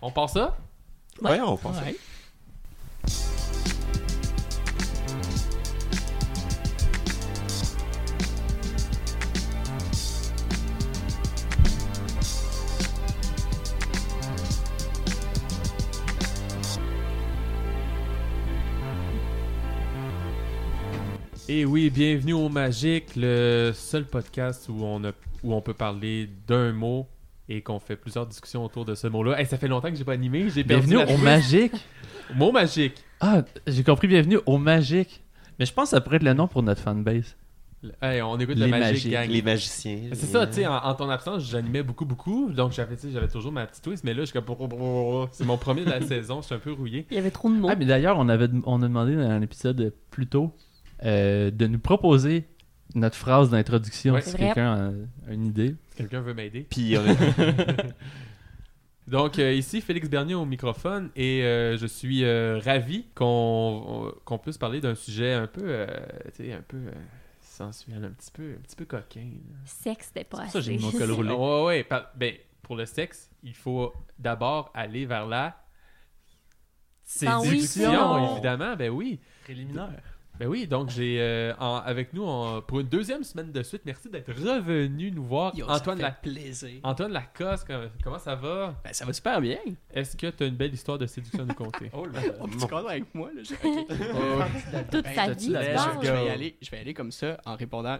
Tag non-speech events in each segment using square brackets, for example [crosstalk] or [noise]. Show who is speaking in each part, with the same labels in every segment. Speaker 1: On part ça?
Speaker 2: Ouais, on pense.
Speaker 3: Ouais.
Speaker 1: Et oui, bienvenue au Magique, le seul podcast où on, a- où on peut parler d'un mot et qu'on fait plusieurs discussions autour de ce mot-là. Hey, ça fait longtemps que j'ai pas animé, j'ai perdu
Speaker 3: Bienvenue
Speaker 1: la
Speaker 3: au
Speaker 1: twist. [laughs]
Speaker 3: Magique.
Speaker 1: Mot magique.
Speaker 3: Ah, j'ai compris, bienvenue au Magique. Mais je pense que ça pourrait être le nom pour notre fanbase.
Speaker 1: Le- hey, on écoute le
Speaker 3: Les
Speaker 1: Magique,
Speaker 3: magiques,
Speaker 1: gang.
Speaker 2: Les magiciens.
Speaker 1: C'est ça, tu sais, en, en ton absence, j'animais beaucoup, beaucoup, donc j'avais tu sais, j'avais toujours ma petite twist, mais là, je suis comme... [laughs] C'est mon premier de la saison, je suis un peu rouillé.
Speaker 4: Il y avait trop de mots.
Speaker 3: Ah, mais d'ailleurs, on, avait, on a demandé dans un épisode plus tôt euh, de nous proposer notre phrase d'introduction
Speaker 1: Ouais.
Speaker 3: si
Speaker 4: C'est vrai.
Speaker 3: quelqu'un a une idée.
Speaker 1: Quelqu'un veut m'aider?
Speaker 2: Puis [laughs] on est-
Speaker 1: Donc euh, ici Félix Bernier au microphone et euh, je suis euh, ravi qu'on euh, qu'on puisse parler d'un sujet un peu euh, tu sais, un peu euh, sensuel, un petit peu un petit peu coquin. là.
Speaker 4: Sexe, c'était pas
Speaker 3: C'est pour ça que j'ai
Speaker 4: assez.
Speaker 3: mis mon col
Speaker 4: [laughs]
Speaker 3: roulé.
Speaker 1: Ouais ouais, ouais, par- ben, pour le sexe, il faut d'abord aller vers la
Speaker 4: Ben Séduction.
Speaker 1: séduction, évidemment, ben oui.
Speaker 3: Préliminaire.
Speaker 1: Ben oui, donc j'ai euh, en- avec nous en- pour une deuxième semaine de suite. Merci d'être revenu nous voir
Speaker 5: [laughs] Yo,
Speaker 1: Antoine
Speaker 5: ça fait
Speaker 1: la
Speaker 5: plaisir.
Speaker 3: Ah.
Speaker 1: Antoine Lacoste, comment- comment ça va
Speaker 5: Ben, ça va super bien.
Speaker 1: Est-ce que tu as une belle histoire de séduction à nous conter
Speaker 5: Oh là là. Tu cordes avec moi,
Speaker 4: [laughs]
Speaker 5: là. j'ai- ok.
Speaker 3: Oh,
Speaker 4: Toute
Speaker 5: Ben,
Speaker 4: sa
Speaker 5: t'as-tu
Speaker 4: vie.
Speaker 5: la-
Speaker 4: tu
Speaker 1: let's
Speaker 4: parles.
Speaker 5: je, je
Speaker 1: go.
Speaker 5: vais y aller, je vais y aller comme ça en répondant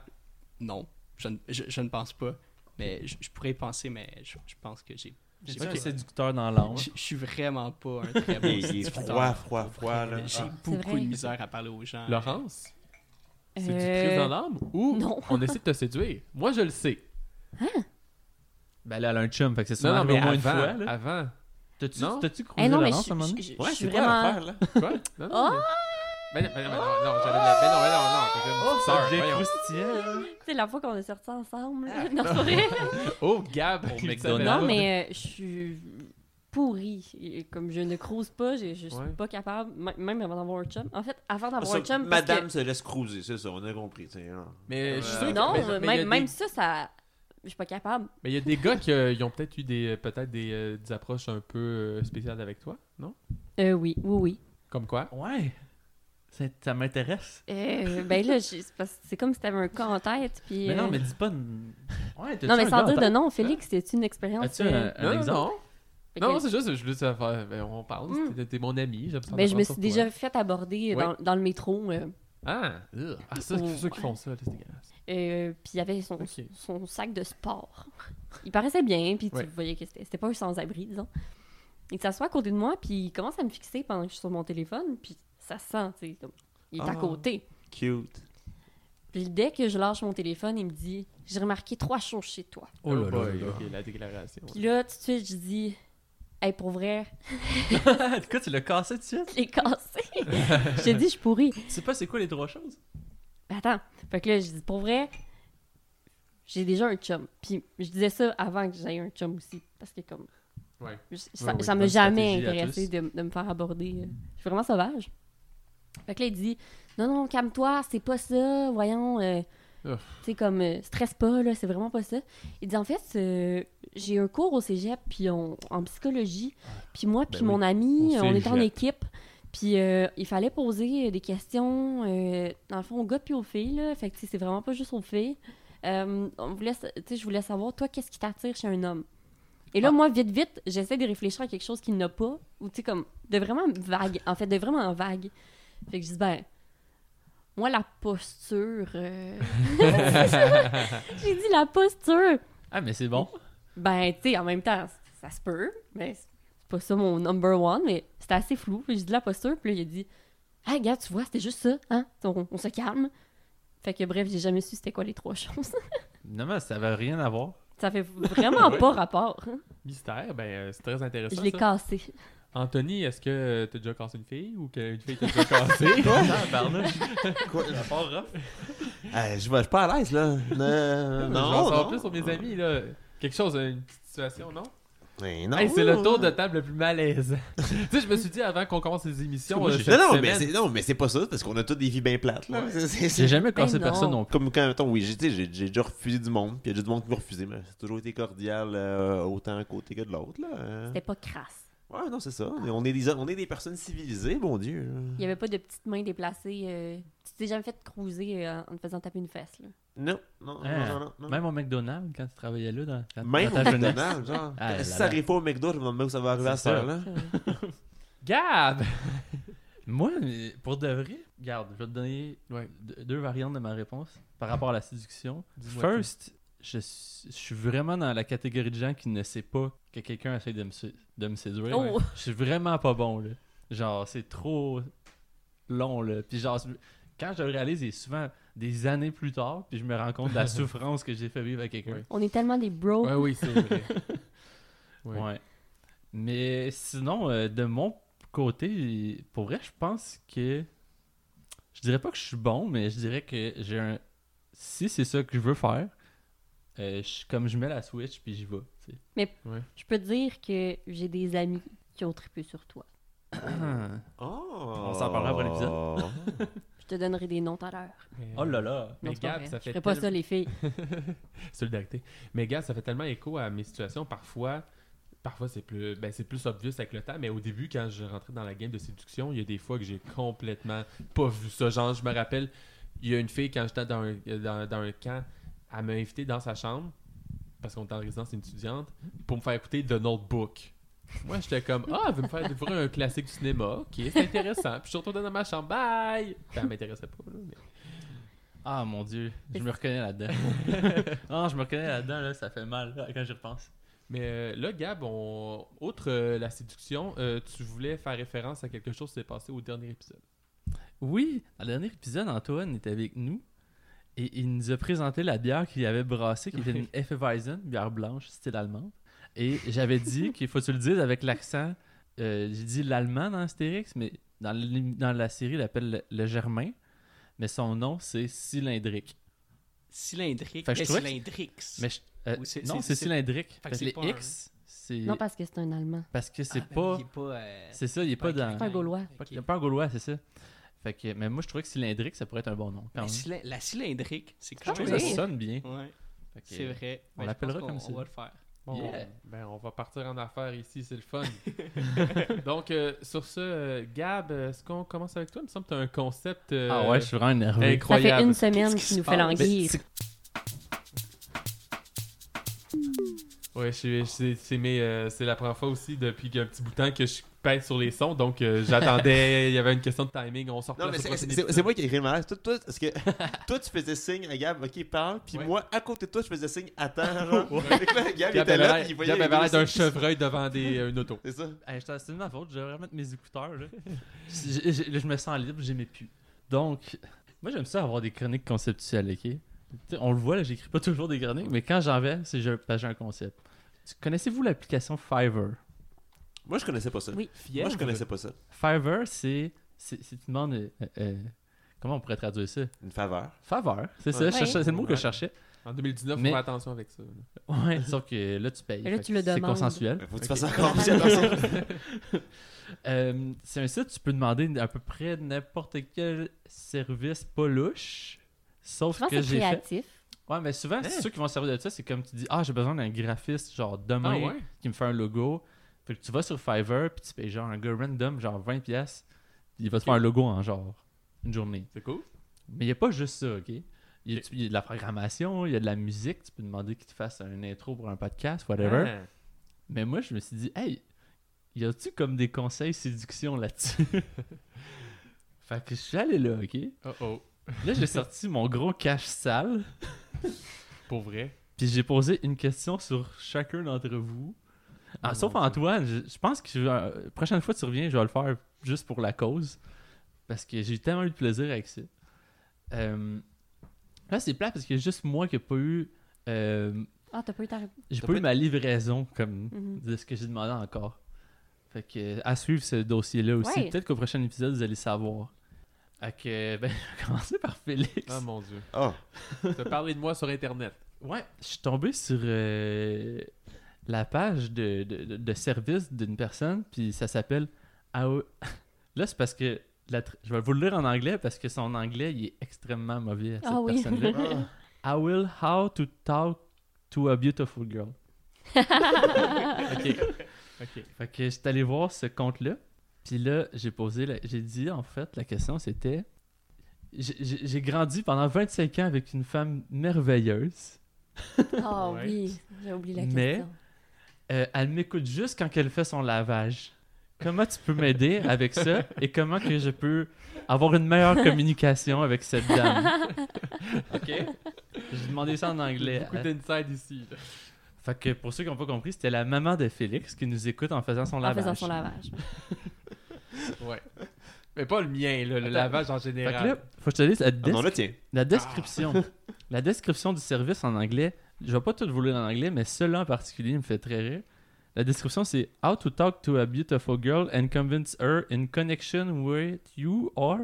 Speaker 5: non. Je, ne- je- je ne pense pas. Mais je, je pourrais y penser, mais je, je pense que j'ai. j'ai
Speaker 3: J'ai un
Speaker 5: pas-
Speaker 3: séducteur dans l'âme.
Speaker 5: Je, je suis vraiment pas
Speaker 3: [laughs]
Speaker 5: un très [laughs] bon
Speaker 2: Il est
Speaker 5: séducteur.
Speaker 2: froid, froid, froid, là.
Speaker 5: J'ai
Speaker 2: Ah.
Speaker 5: beaucoup
Speaker 4: vrai.
Speaker 5: de misère à parler aux
Speaker 1: Ah.
Speaker 5: gens.
Speaker 1: Laurence C'est du
Speaker 4: Euh,
Speaker 1: crise dans l'âme ou
Speaker 4: non.
Speaker 1: on essaie de te séduire? Moi, je le sais.
Speaker 3: Ben là, elle a un chum, fait que c'est
Speaker 1: Non,
Speaker 3: sûrement
Speaker 1: non, mais
Speaker 3: arrivé au moins
Speaker 1: avant,
Speaker 3: une fois. là.
Speaker 1: avant.
Speaker 3: T'as-tu
Speaker 1: Non.
Speaker 3: t'as-tu
Speaker 4: Eh
Speaker 3: croisé
Speaker 4: non, mais
Speaker 3: Laurence à un moment
Speaker 4: je-
Speaker 3: donné?
Speaker 4: je- je-
Speaker 2: Ouais,
Speaker 4: je suis
Speaker 2: c'est quoi l'affaire,
Speaker 4: vraiment.
Speaker 2: là?
Speaker 1: Quoi? Non, non,
Speaker 4: Oh!
Speaker 1: mais... Ben, ben, ben, non, non, j'allais la- ben non, ben non, non, c'est comme- Sorry, voyons.
Speaker 3: croustillant.
Speaker 4: C'est la fois qu'on est sortis ensemble. là. [laughs] Non, c'est pas vrai.
Speaker 1: Oh, Gab!
Speaker 3: Au
Speaker 1: [laughs] il
Speaker 3: McDonald's.
Speaker 1: s'appelle-
Speaker 4: Non, mais euh, je suis pourrie. Et Comme je ne crouse pas, je, je suis
Speaker 1: Ouais.
Speaker 4: pas capable, m- même avant d'avoir un chum. En fait, avant d'avoir
Speaker 2: Ça,
Speaker 4: un chum, parce
Speaker 2: Madame
Speaker 4: que...
Speaker 2: se laisse cruiser, c'est ça, on a compris. tu sais, hein.
Speaker 1: Mais je suis sûr que-
Speaker 4: Non, euh,
Speaker 1: mais- mais il y a
Speaker 4: même,
Speaker 1: des-
Speaker 4: même ça, ça... Je suis pas capable.
Speaker 1: Mais il y a des gars qui euh, ils ont peut-être eu des, peut-être des, euh, des approches un peu euh, spéciales avec toi, non?
Speaker 4: Euh, oui, oui, oui.
Speaker 1: Comme quoi?
Speaker 3: Ouais. Ça, ça m'intéresse.
Speaker 4: Euh, ben là, je- c'est parce- c'est comme si t'avais un cas en tête, puis...
Speaker 3: Mais non,
Speaker 4: euh,
Speaker 3: mais dis pas. une- Ouais, t'as-tu
Speaker 4: non, mais
Speaker 3: un
Speaker 4: sans
Speaker 3: gars en
Speaker 4: dire de
Speaker 3: tête?
Speaker 4: nom, Félix, c'est une expérience...
Speaker 3: As-tu un,
Speaker 4: euh,
Speaker 3: un exemple?
Speaker 1: non.
Speaker 4: fait
Speaker 1: Non,
Speaker 4: que-
Speaker 1: c'est juste, je voulais te faire... ben, on parle,
Speaker 4: Mm.
Speaker 1: t'es- t'es mon ami, j'aime ça.
Speaker 4: Ben, je me
Speaker 1: sur
Speaker 4: suis
Speaker 1: toi.
Speaker 4: déjà fait aborder
Speaker 1: Ouais.
Speaker 4: dans, dans le métro. euh,
Speaker 1: Ah! ugh. Ah, ça, c'est
Speaker 4: Oh.
Speaker 1: ceux qui font ça, là, c'est dégueulasse.
Speaker 4: euh, puis il y avait son,
Speaker 1: Ok.
Speaker 4: son sac de sport. Il paraissait bien, puis tu
Speaker 1: Ouais.
Speaker 4: voyais que c'était c'était pas un sans-abri, disons. Il s'assoit à côté de moi, puis il commence à me fixer pendant que je suis sur mon téléphone, puis ça se sent, tu sais. comme, Il est à
Speaker 2: Ah.
Speaker 4: côté.
Speaker 2: Cute.
Speaker 4: Puis dès que je lâche mon téléphone, il me dit J'ai remarqué trois choses chez toi.
Speaker 3: Oh là là
Speaker 1: boy,
Speaker 3: là.
Speaker 1: Ok, la déclaration.
Speaker 4: Puis là, tout de suite, je dis Hey, pour vrai, [laughs]
Speaker 3: [laughs] du coup, tu l'as cassé tout de suite.
Speaker 4: je l'ai cassé.
Speaker 1: [laughs]
Speaker 4: J'ai dit Je pourris.
Speaker 3: Tu sais pas c'est quoi les trois choses?
Speaker 4: Ben attends. Fait que là, je dis, pour vrai, j'ai déjà un chum. Puis je disais ça avant que j'aie un chum aussi. Parce que comme.
Speaker 1: Ouais.
Speaker 4: Je- ça
Speaker 1: Ouais, ouais,
Speaker 4: ça
Speaker 3: bonne
Speaker 4: m'a jamais
Speaker 3: stratégie à
Speaker 4: intéressé
Speaker 3: tous.
Speaker 4: de, de me faire aborder. euh. Je suis vraiment sauvage. Fait que là, il dit, non, non, calme-toi, c'est pas ça. Voyons. euh,
Speaker 1: Ouf.
Speaker 4: tu sais, comme, euh, stresse pas, là, c'est vraiment pas ça. Il dit, en fait, euh, j'ai un cours au cégep, puis on- en psychologie. Puis moi, puis
Speaker 3: Ben
Speaker 4: mon ami,
Speaker 1: au
Speaker 4: euh, on est en
Speaker 1: cégep.
Speaker 4: équipe. Puis euh, il fallait poser euh, des questions, euh, dans le fond, aux gars puis aux filles. Là. Fait que tu sais, c'est vraiment pas juste aux filles. Euh, on voulait, sa- tu sais, je voulais savoir, toi, qu'est-ce qui t'attire chez un homme? Et là,
Speaker 3: Ah.
Speaker 4: moi, vite, vite, j'essaie de réfléchir à quelque chose qu'il n'a pas, ou tu sais, comme, de vraiment vague, en fait, de vraiment vague. Fait que je dis, ben, moi, la posture. euh, [laughs] J'ai dit la posture.
Speaker 3: Ah, mais c'est bon.
Speaker 4: Ben, tu sais, en même temps, ça se peut, mais c'est pas ça mon number one, mais c'était assez flou. Puis j'ai dit la posture, puis là, il a dit Ah, regarde, tu vois, c'était juste ça, hein? On, on se calme. Fait que bref, j'ai jamais su c'était quoi les trois [laughs] choses.
Speaker 3: [laughs] Non, mais ça avait rien à voir.
Speaker 4: ça fait
Speaker 1: [laughs]
Speaker 4: vraiment
Speaker 1: Ouais.
Speaker 4: pas rapport. hein.
Speaker 1: Mystère, ben euh, c'est très intéressant.
Speaker 4: Je l'ai
Speaker 1: ça. Hein?
Speaker 4: cassé.
Speaker 1: Anthony, est-ce que euh, t'as déjà cassé une fille ou qu'une fille t'a déjà
Speaker 3: [laughs]
Speaker 1: cassé?
Speaker 3: Tabarnouche.
Speaker 2: Quoi?
Speaker 3: Ça part rough.
Speaker 2: Ah, je vais- je suis pas à l'aise, là. Non, non,
Speaker 1: Je veux en savoir
Speaker 2: non.
Speaker 1: plus sur mes amis, là. Quelque chose, euh, une petite situation, non?
Speaker 2: Mais non.
Speaker 1: Hey, c'est le tour de table le plus malaise. [laughs] tu sais, je me suis dit avant qu'on commence les émissions,
Speaker 3: Moi,
Speaker 1: euh,
Speaker 3: j'ai-
Speaker 1: cette
Speaker 2: Non, non, mais
Speaker 1: semaine-
Speaker 2: c'est, non, mais c'est pas ça, parce qu'on a toutes des vies bien plates, là. C'est- c'est- c'est-
Speaker 3: J'ai jamais cassé
Speaker 4: non.
Speaker 3: personne non plus.
Speaker 2: Comme quand, mettons, oui, j'ai, tu sais, j'ai, j'ai déjà refusé du monde, puis il y a déjà du monde qui m'a refusé, mais c'est toujours été cordial, euh, autant d'un côté que de l'autre, là. hein.
Speaker 4: C'était pas crasse.
Speaker 2: Ouais, non, c'est ça. On est, on est des, on est des personnes civilisées, mon Dieu.
Speaker 4: Il n'y avait pas de petites mains déplacées. euh, Tu t'es jamais fait cruiser euh, en te faisant taper une fesse. Là.
Speaker 2: Non, non, non,
Speaker 3: Hein,
Speaker 2: non, non, non.
Speaker 3: Même au McDonald's, quand tu travaillais là, dans, quand-
Speaker 2: Même
Speaker 3: dans
Speaker 2: au
Speaker 3: ta jeunesse.
Speaker 2: McDonald's, genre.
Speaker 3: Ah, là,
Speaker 2: si ça
Speaker 3: là.
Speaker 2: arrive pas au McDo, je me demande où ça va arriver à
Speaker 3: C'est
Speaker 2: ça,
Speaker 3: ça.
Speaker 2: là.
Speaker 4: Euh,
Speaker 1: Gab!
Speaker 3: Moi, mais pour de vrai, regarde, je vais te donner
Speaker 1: Ouais.
Speaker 3: deux deux variantes de ma réponse par rapport à la séduction.
Speaker 1: Dis-moi tout.
Speaker 3: First, je, suis- je suis vraiment dans la catégorie de gens qui ne sait pas que quelqu'un essaie de me, sé- de me séduire.
Speaker 4: Oh!
Speaker 3: Je suis vraiment pas bon, là. Genre, c'est trop long, là. Puis genre, quand je le réalise, c'est souvent des années plus tard, puis je me rends compte de la souffrance que j'ai fait vivre à quelqu'un.
Speaker 1: Ouais.
Speaker 4: On est tellement des bros.
Speaker 1: Ouais, oui, c'est vrai. [laughs] Ouais.
Speaker 3: Ouais. Mais sinon, euh, de mon côté, pour vrai, je pense que. Je dirais pas que je suis bon, mais je dirais que j'ai un. Si c'est ça que je veux faire, euh, je- comme je mets la Switch, puis j'y vais. tu sais.
Speaker 4: Je peux te dire que j'ai des amis qui ont trippé sur toi.
Speaker 2: Oh. On
Speaker 3: s'en parlera après
Speaker 2: Oh.
Speaker 4: Je te donnerai des noms tout à l'heure.
Speaker 1: Mais,
Speaker 3: oh là là!
Speaker 1: Mais
Speaker 4: Non, c'est pas
Speaker 1: Gab,
Speaker 4: vrai.
Speaker 1: ça
Speaker 4: Je
Speaker 1: fait
Speaker 4: ferai pas
Speaker 1: tel-
Speaker 4: ça, les filles.
Speaker 1: [laughs] Solidarité. Mais gars, ça fait tellement écho à mes situations. Parfois, parfois c'est plus, ben, c'est plus obvious avec le temps, mais au début, quand je rentrais dans la game de séduction, il y a des fois que j'ai complètement pas vu ça. Genre, je me rappelle, il y a une fille, quand j'étais dans un, dans, dans un camp, elle m'a invité dans sa chambre, parce qu'on était en résidence étudiante, pour me faire écouter The Notebook. Moi, j'étais comme, ah, elle veut me faire découvrir un classique du cinéma, ok, c'est intéressant. Puis je suis retourné dans ma chambre, bye! Puis elle m'intéressait pas, là, mais-
Speaker 3: Ah mon dieu, je me reconnais [laughs] là-dedans. Ah, je me reconnais là-dedans, là, ça fait mal là, quand j'y repense.
Speaker 1: Mais euh, là, Gab, on... outre euh, la séduction, euh, tu voulais faire référence à quelque chose qui s'est passé au dernier épisode.
Speaker 3: Oui, dans le dernier épisode, Antoine était avec nous et il nous a présenté la bière qu'il avait brassée, qui était une Hefeweizen, bière blanche, style allemande. Et j'avais dit qu'il faut que tu le dises avec l'accent. euh, J'ai dit l'allemand dans Astérix, mais dans, l'é- dans la série, il l'appelle le, le germain. Mais son nom, c'est cylindrique. Fait
Speaker 5: Cylindrique.
Speaker 3: que je
Speaker 5: mais
Speaker 3: trouvais que-
Speaker 5: cylindrique.
Speaker 3: Mais je- euh,
Speaker 5: Ou c'est-
Speaker 3: non,
Speaker 5: c'est-
Speaker 3: c'est
Speaker 5: c'est-
Speaker 3: cylindrique.
Speaker 5: que
Speaker 3: Parce que
Speaker 5: c'est
Speaker 3: les
Speaker 5: pas un-
Speaker 3: X, c'est.
Speaker 4: Non, parce que c'est un Allemand.
Speaker 3: Parce que c'est
Speaker 5: Ah, ben
Speaker 3: pas.
Speaker 5: oui, il est pas. euh,
Speaker 3: C'est ça, il n'est pas dans.
Speaker 4: C'est un Gaulois.
Speaker 5: Ok.
Speaker 3: pas- Il n'est pas un gaulois, c'est ça. Fait que, mais moi, je trouvais que cylindrique, ça pourrait être un bon nom. Quand
Speaker 5: La,
Speaker 3: même.
Speaker 5: cyli- la cylindrique, c'est
Speaker 3: Je
Speaker 5: quand
Speaker 3: trouve
Speaker 5: même.
Speaker 3: que ça
Speaker 4: Ah Oui.
Speaker 3: sonne bien.
Speaker 5: Ouais,
Speaker 3: Fait que-
Speaker 5: c'est vrai.
Speaker 3: on
Speaker 5: Ben, je
Speaker 3: l'appellera
Speaker 5: pense qu'on-
Speaker 3: comme ça.
Speaker 5: On va le faire.
Speaker 1: Bon,
Speaker 3: Yeah.
Speaker 1: on- ben, on va partir en affaires ici, c'est le [laughs] fun. Donc, euh, sur ce, euh, Gab, est-ce qu'on commence avec toi? Il me semble que tu as un concept euh,
Speaker 3: Ah ouais, je suis vraiment énervé.
Speaker 4: Ça
Speaker 1: incroyable.
Speaker 4: fait une semaine
Speaker 5: Qu'est-ce qui
Speaker 4: qu'il
Speaker 5: se
Speaker 4: nous fait
Speaker 5: passe?
Speaker 3: Ben,
Speaker 4: languir.
Speaker 1: Ouais, je suis- je- c'est c'est mes, euh, c'est la première fois aussi depuis un petit bout de temps que je pèse sur les sons, donc euh, j'attendais, il y avait une question de timing, on sort
Speaker 2: Non, mais c'est- c'est c'est- c'est
Speaker 1: moi
Speaker 2: moi qui ai écrit le malaise. Toi, toi, parce que toi, tu faisais signe à Gab, ok, parle. Puis
Speaker 1: Ouais.
Speaker 2: moi, à côté de toi, je faisais signe, attends. Genre. [laughs] Fait que là, Gab
Speaker 1: Gab
Speaker 2: était
Speaker 1: avait
Speaker 2: là,
Speaker 1: l'air-
Speaker 2: puis il voyait.
Speaker 1: Gab
Speaker 2: les
Speaker 1: avait l'air
Speaker 2: deux
Speaker 1: d'un
Speaker 2: signes.
Speaker 1: chevreuil devant des, euh, une auto.
Speaker 2: C'est ça.
Speaker 3: Hey, je t'en- c'est de ma faute, je devrais remettre mes écouteurs. [laughs] Là. je, je- je me sens libre, j'aimais plus. Donc, moi j'aime ça avoir des chroniques conceptuelles, ok? Tu sais, on le voit, là, j'écris pas toujours des chroniques, mais quand j'en vais, c'est je- parce que j'ai un concept. Tu- Connaissez-vous l'application Fiverr?
Speaker 2: Moi, je connaissais pas ça.
Speaker 4: Oui.
Speaker 2: Moi, je connaissais pas ça.
Speaker 3: Fiverr, c'est. c'est- Si tu demandes. euh, euh, comment on pourrait traduire ça?
Speaker 2: Une faveur.
Speaker 3: Faveur, c'est ça,
Speaker 2: Ouais.
Speaker 3: je cherchais- c'est le mot que
Speaker 1: Ouais.
Speaker 3: je cherchais.
Speaker 1: En 2019,
Speaker 3: Mais-
Speaker 1: faut faire attention avec ça. là.
Speaker 3: Ouais, [laughs] sauf que là tu payes.
Speaker 4: Et là,
Speaker 3: Fait
Speaker 4: tu
Speaker 3: que
Speaker 4: le
Speaker 3: C'est
Speaker 2: [laughs]
Speaker 4: demandes.
Speaker 3: consensuel. [laughs]
Speaker 2: Faut que tu
Speaker 1: Ok.
Speaker 2: fasses encore plus attention.
Speaker 3: Euh, c'est un site, tu peux demander à peu près n'importe quel service pas louche. Sauf
Speaker 4: Souvent,
Speaker 3: que
Speaker 4: c'est
Speaker 3: j'ai fait.
Speaker 4: créatif.
Speaker 3: Ouais, mais souvent,
Speaker 1: Hein?
Speaker 3: c'est ceux qui vont servir de ça, c'est comme tu dis Ah, j'ai besoin d'un graphiste, genre demain,
Speaker 1: Ah ouais?
Speaker 3: qui me fait un logo. Fait que tu vas sur Fiverr, puis tu payes genre un gars random, genre 20$, pièces il va te faire un logo en genre une journée.
Speaker 1: C'est cool.
Speaker 3: Mais il n'y a pas juste ça, OK? Il y, a, tu- il y a de la programmation, il y a de la musique, tu peux demander qu'il te fasse un intro pour un podcast, whatever.
Speaker 1: Ah.
Speaker 3: Mais moi, je me suis dit, hey, y a-tu comme des conseils
Speaker 1: [laughs]
Speaker 3: séduction là-dessus? fait que je suis allé là, ok?
Speaker 1: Oh oh,
Speaker 3: Là, j'ai sorti mon gros cache sale,
Speaker 1: pour vrai.
Speaker 3: puis j'ai posé une question sur chacun d'entre vous. Ah,
Speaker 1: Oh
Speaker 3: sauf
Speaker 1: mon Dieu.
Speaker 3: Antoine, je, je pense que la prochaine fois que tu reviens, je vais le faire juste pour la cause. Parce que j'ai eu tellement eu de plaisir avec ça. Euh, là, c'est plat parce que juste moi qui n'ai pas eu. euh,
Speaker 4: Ah, t'as pas eu ta réponse.
Speaker 3: j'ai
Speaker 2: T'as
Speaker 3: pas,
Speaker 2: pas
Speaker 3: eu
Speaker 2: eu-
Speaker 3: ma livraison comme
Speaker 4: Mhm.
Speaker 3: de ce que j'ai demandé encore. Fait que euh, à suivre ce dossier-là aussi.
Speaker 4: Ouais.
Speaker 3: Peut-être qu'au prochain épisode, vous allez savoir. Fait que [laughs] ben, je vais commencer par Félix.
Speaker 1: [laughs] Ah mon dieu.
Speaker 2: Oh.
Speaker 1: T'as parlé de moi sur internet.
Speaker 3: Ouais, je suis tombé sur euh, la page de, de- de- de service d'une personne, puis ça s'appelle AO. [laughs] Là, c'est parce que la tr- je vais vous le lire en anglais parce que son anglais il est extrêmement mauvais à cette
Speaker 4: Ah oui.
Speaker 3: personne-là. I will [laughs] how to talk to a beautiful girl.
Speaker 1: Ok. Ok.
Speaker 3: Fait que j'étais allé voir ce compte-là. Puis là, j'ai posé, la- j'ai dit en fait, la question c'était j'ai- J'ai j'ai grandi pendant 25 ans avec une femme merveilleuse.
Speaker 4: Ah
Speaker 1: Ouais.
Speaker 4: oui, j'ai oublié la
Speaker 3: Mais-
Speaker 4: question.
Speaker 3: Euh, elle m'écoute juste quand elle fait son lavage. Comment tu peux m'aider avec ça et comment que je peux avoir une meilleure communication avec cette dame? [laughs] OK? J'ai demandé ça en anglais.
Speaker 1: Beaucoup d'inside ici. là.
Speaker 3: Fait que pour ceux qui n'ont pas compris, c'était la maman de Félix qui nous écoute en faisant son
Speaker 4: En
Speaker 3: lavage.
Speaker 4: faisant son lavage.
Speaker 1: Ouais. Mais pas le mien, là, le
Speaker 3: Attends.
Speaker 1: lavage en
Speaker 3: Fait
Speaker 1: général.
Speaker 3: que là, faut que je te dise la,
Speaker 2: Ah non,
Speaker 3: des-
Speaker 2: là, tiens.
Speaker 3: la description. la description du service en anglais, je vais pas tout vous lire en anglais, mais celui-là en particulier me fait très rire. La description c'est How to talk to a beautiful girl and convince her in connection with you or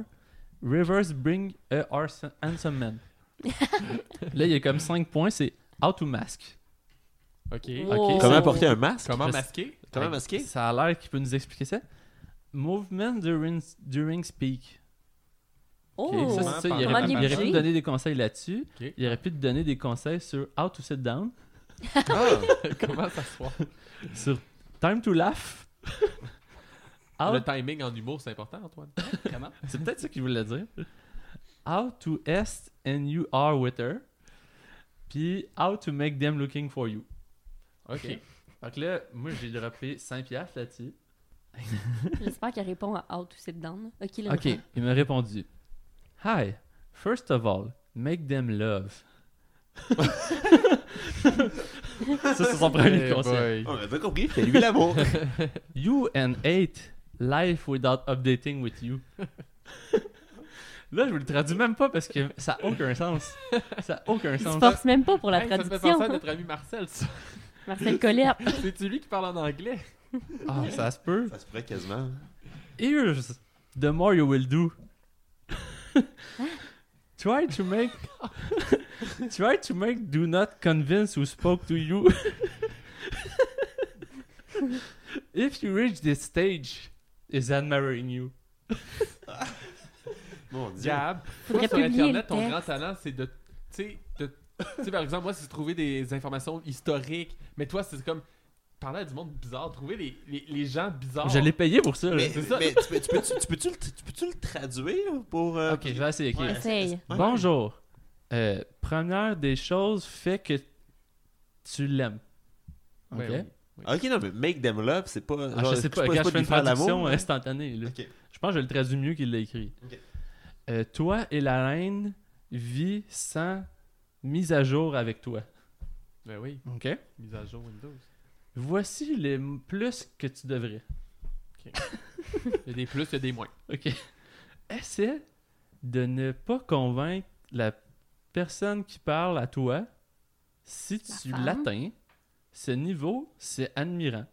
Speaker 3: reverse bring a arse- handsome man. Là, il y a comme 5 points, c'est How to mask.
Speaker 1: Ok.
Speaker 4: Ouais. Oh.
Speaker 2: Comment porter un masque
Speaker 1: Comment
Speaker 3: Je-
Speaker 1: masquer
Speaker 2: Comment masquer
Speaker 3: Ça a l'air qu'il peut nous expliquer ça. Movement during, during speak.
Speaker 4: Oh!
Speaker 3: Ok, ça, c'est ça, il,
Speaker 4: Comment
Speaker 3: aurait,
Speaker 4: bien
Speaker 3: il aurait pu
Speaker 4: bouger.
Speaker 3: te donner des conseils là-dessus.
Speaker 1: Ok.
Speaker 3: Il aurait pu te donner des conseils sur How to Sit Down,
Speaker 2: Ah,
Speaker 1: [laughs] Comment s'asseoir
Speaker 3: sur Time to [laughs] Laugh.
Speaker 4: Ah.
Speaker 3: How-
Speaker 1: Le timing en humour, c'est important, Antoine.
Speaker 5: Comment?
Speaker 3: C'est peut-être ça qu'il voulait dire. How to est and you are with her. Puis How to make them looking for you.
Speaker 1: Ok.
Speaker 3: Fait que là, moi, j'ai droppé 5 piastres là-dessus.
Speaker 4: [laughs] J'espère qu'elle répond à How to Sit Down. Ok, là.
Speaker 3: OK, il m'a répondu. Hi, first of all, make them [laughs] love. ça, c'est son premier
Speaker 1: Eh
Speaker 3: conseil.
Speaker 1: boy.
Speaker 2: on avait compris, c'est lui l'amour.
Speaker 3: You and hate life without updating with you. [laughs] Là, je vous le traduis même pas parce que ça a aucun sens. Ça a aucun
Speaker 4: Il se
Speaker 3: sens.
Speaker 4: force même pas pour la
Speaker 1: Hey, ça me fait
Speaker 4: traduction.
Speaker 1: penser à notre ami Marcel, ça. [laughs]
Speaker 4: Marcel Colette.
Speaker 1: C'est-tu lui qui parle en anglais
Speaker 3: Ah, ça se peut.
Speaker 2: Ça se pourrait quasiment.
Speaker 3: Here's the more you will do. [laughs] try to make [laughs] try to make do not convince who spoke to you. [laughs] If you reach this stage, is admiring you.
Speaker 2: Mon dieu.
Speaker 1: Gab, toi,
Speaker 4: Faudrait
Speaker 1: sur
Speaker 4: publier
Speaker 1: Internet,
Speaker 4: le
Speaker 1: ton
Speaker 4: texte.
Speaker 1: grand talent, c'est de. Tu sais, de- tu sais, par exemple, moi, c'est de trouver des informations historiques. Mais toi, c'est comme. Parler à du monde bizarre, trouver les, les, les gens bizarres.
Speaker 3: Je l'ai payé pour ça. là.
Speaker 2: Mais,
Speaker 1: c'est ça.
Speaker 2: mais tu peux- tu peux- tu- tu peux-tu le- tu peux-tu le traduire pour. euh,
Speaker 3: Ok, je vais essayer. ok.
Speaker 2: Ouais.
Speaker 4: Essaye.
Speaker 2: Ouais.
Speaker 3: Bonjour. Euh, première des choses, fait que tu l'aimes. Ok.
Speaker 1: Ouais, oui.
Speaker 2: Ah, Ok, non, mais make them love, c'est pas.
Speaker 3: Ah,
Speaker 2: genre,
Speaker 3: je sais pas,
Speaker 2: c'est
Speaker 3: quand je
Speaker 2: c'est
Speaker 3: fais
Speaker 2: de
Speaker 3: une
Speaker 2: faire
Speaker 3: traduction euh,
Speaker 2: l'amour.
Speaker 3: instantanée. là.
Speaker 2: Ok.
Speaker 3: Je pense que je le traduis mieux qu'il l'a écrit.
Speaker 2: Ok.
Speaker 3: Euh, toi et la reine vit sans mise à jour avec toi.
Speaker 1: Ben oui,
Speaker 3: OK?
Speaker 1: mise à jour Windows.
Speaker 3: Voici les m- plus que tu devrais.
Speaker 1: Il y a des plus, il y a des moins.
Speaker 3: OK. [laughs] Essaie de ne pas convaincre la personne qui parle à toi si tu
Speaker 4: femme.
Speaker 3: l'atteins. Ce niveau, c'est admirant.